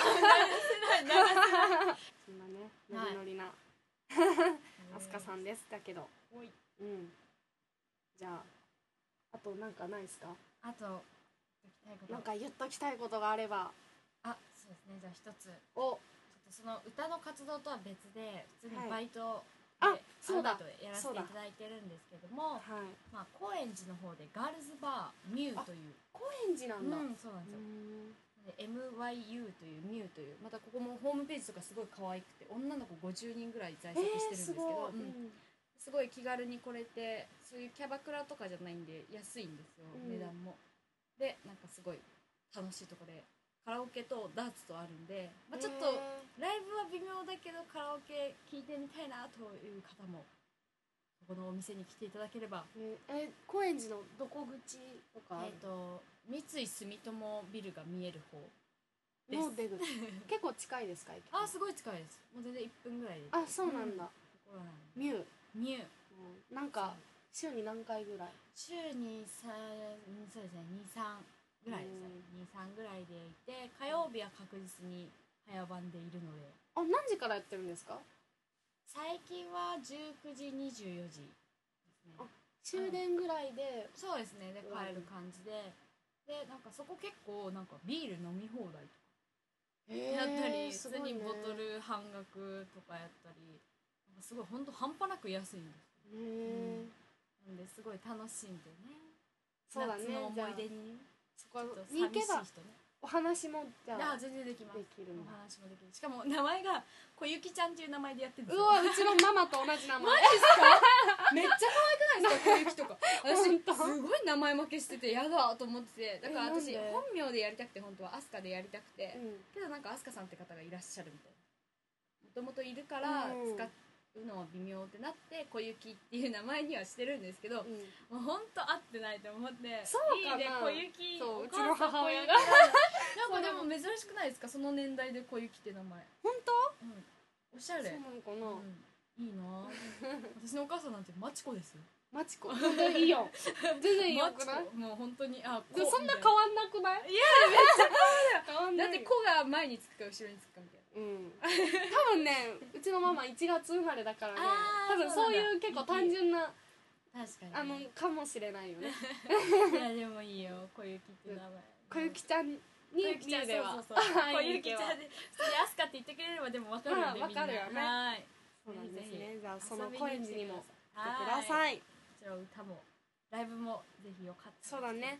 A: そんなねノリノリな、アスカさんですだけど
B: おい
A: うんじゃああとなんかないですか
B: あと聞きたいこと
A: なんか言っときたいことがあれば
B: あそうですねじゃあ一つちょっ
A: お
B: とその歌の活動とは別で普通
A: は
B: に
A: い
B: バイトで、
A: あそうだ
B: アルバイトをやらせていただいてるんですけども
A: はい、
B: まあ、高円寺の方でガールズバーミューという
A: 高円寺なんだ、
B: うん、そうなんですよ、で MYU というミューというまたここもホームページとかすごい可愛くて女の子50人ぐらい在籍してるん
A: えー、
B: です
A: す
B: けど、
A: ごい、
B: うんすごい気軽に来れてそういうキャバクラとかじゃないんで安いんですよ、
A: うん
B: 値段もでなんかすごい楽しいとこでカラオケとダーツとあるんで、まあ、ちょっとライブは微妙だけどカラオケ聴いてみたいなという方もここのお店に来ていただければ
A: えーえーえー高円寺のどこ口とかあ
B: え
A: る
B: っ、と三井住友ビルが見える方です
A: の出口結構近いですか駅
B: あすごい近いですもう全然1分ぐらいで
A: あそうなんだ、
B: ところなので
A: ミュウ
B: ニュー
A: うんなんか週に何回ぐらい
B: 週にさうんそうですね23ぐらいですね23ぐらいでいて火曜日は確実に早番でいるので
A: あ何時からやってるんですか
B: 最近は19時24時ですね
A: あ終電ぐらいで、
B: そうですねで帰る感じででなんかそこ結構なんかビール飲み放題と
A: へー
B: かやったり、普
A: す
B: 通
A: ごい
B: に
A: ね
B: ボトル半額とかやったりなんかすごい本当半端なく安いんです
A: へー
B: うんなんですごい楽しんでね
A: そうだね
B: 夏の思
A: じゃあ
B: い出にね
A: そ
B: ち
A: こ
B: ょっと
A: に行け
B: 寂しい
A: ば
B: 人ね
A: お話もじゃあ
B: あ全然できます
A: できるん
B: お
A: だ
B: 話もできるしかも名前が小雪ちゃんっていう名前でやってるん
A: う
B: ですよ
A: わうちのママと同じ名前
B: めっちゃ可愛くないですか小雪と
A: (laughs) 本当
B: か私すごい名前負けしててやだと思っててだから私
A: えなんで
B: 本名でやりたくて本当はアスカでやりたくて、
A: うん
B: けどなんかアスカさんって方がいらっしゃるみたいなもともといるから
A: うん
B: 使うのは微妙ってなって小雪っていう名前にはしてるんですけど、
A: うん
B: もう本当合ってないと思って
A: そうかない
B: いね小雪
A: そう
B: お
A: うち
B: 母
A: の
B: さん
A: 母親が
B: 小
A: (laughs)
B: 雪なんかでも珍しくないですかその年代で小雪って名前
A: 本
B: うんおしゃ
A: 当そう
B: れ
A: なのかな、 (laughs)
B: うんいいなぁ私のお母さんなんてマチコですよ
A: ママチコ全然いい
B: (laughs)
A: よ全然いいよくない
B: もう本当にあ
A: でもそんな変
B: 顔
A: わんなくないいやめっちゃ変わん
B: だ
A: な
B: っ
A: い
B: て子が前につくか後ろにつくかみたい
A: うん多分ねうちのママ1月生まれだからね
B: あー
A: 多分そういう結構単純な
B: な確かに
A: あのかもしれないよね
B: いやでもいいよ小雪って名前
A: 小雪ちゃんに
B: 小雪ちゃん
A: では
B: そうそうそう小
A: はい
B: 雪ちゃん
A: は
B: で普通にアスカって言ってくれればでも分かるん
A: まあ
B: でみんな
A: わかるよね
B: はい
A: そうなんです
B: ぜ
A: ねじゃあそ
B: 遊
A: の
B: び
A: 高円寺に
B: 来て
A: も来てく
B: く
A: だ
B: ださいはい
A: さい
B: こちら歌もライブもぜひよかった
A: そうだね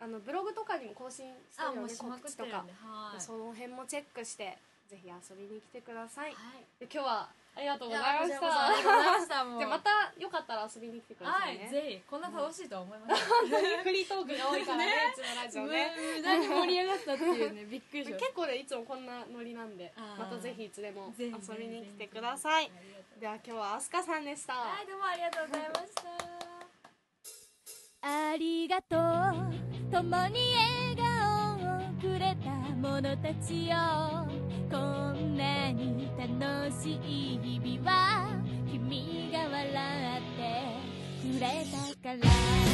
A: あのブログとかにも更新して
B: あ
A: る
B: も
A: よ
B: う
A: ね
B: しまく
A: 告
B: っ
A: 知
B: て
A: と
B: るんで
A: か
B: はい
A: その辺もチェックしてぜひ遊びに来てください
B: はい
A: で今日はありがとうございまし
B: いやありがとうございましたもう
A: たでまたよかったら遊びに来てくださ
B: はいい
A: (laughs) ね
B: (laughs) ぜひこんな楽しいとは思いません
A: 本当にフリートークが多いからねうちのラジオね
B: 無駄に盛り上がったっていうねびっくりし
A: 結
B: まし
A: 構ねいつもこんなノリなんで
B: あー
A: またぜひいつでも
B: た
A: 遊
B: ぜひぜ
A: び
B: ひ
A: に来てください
B: ありがとう
A: では今日はあすかさんでした
B: はいどうもありがとうございました
C: ありがとう共に笑顔をくれた者たちよこんなに楽しい日々は君が笑ってくれたから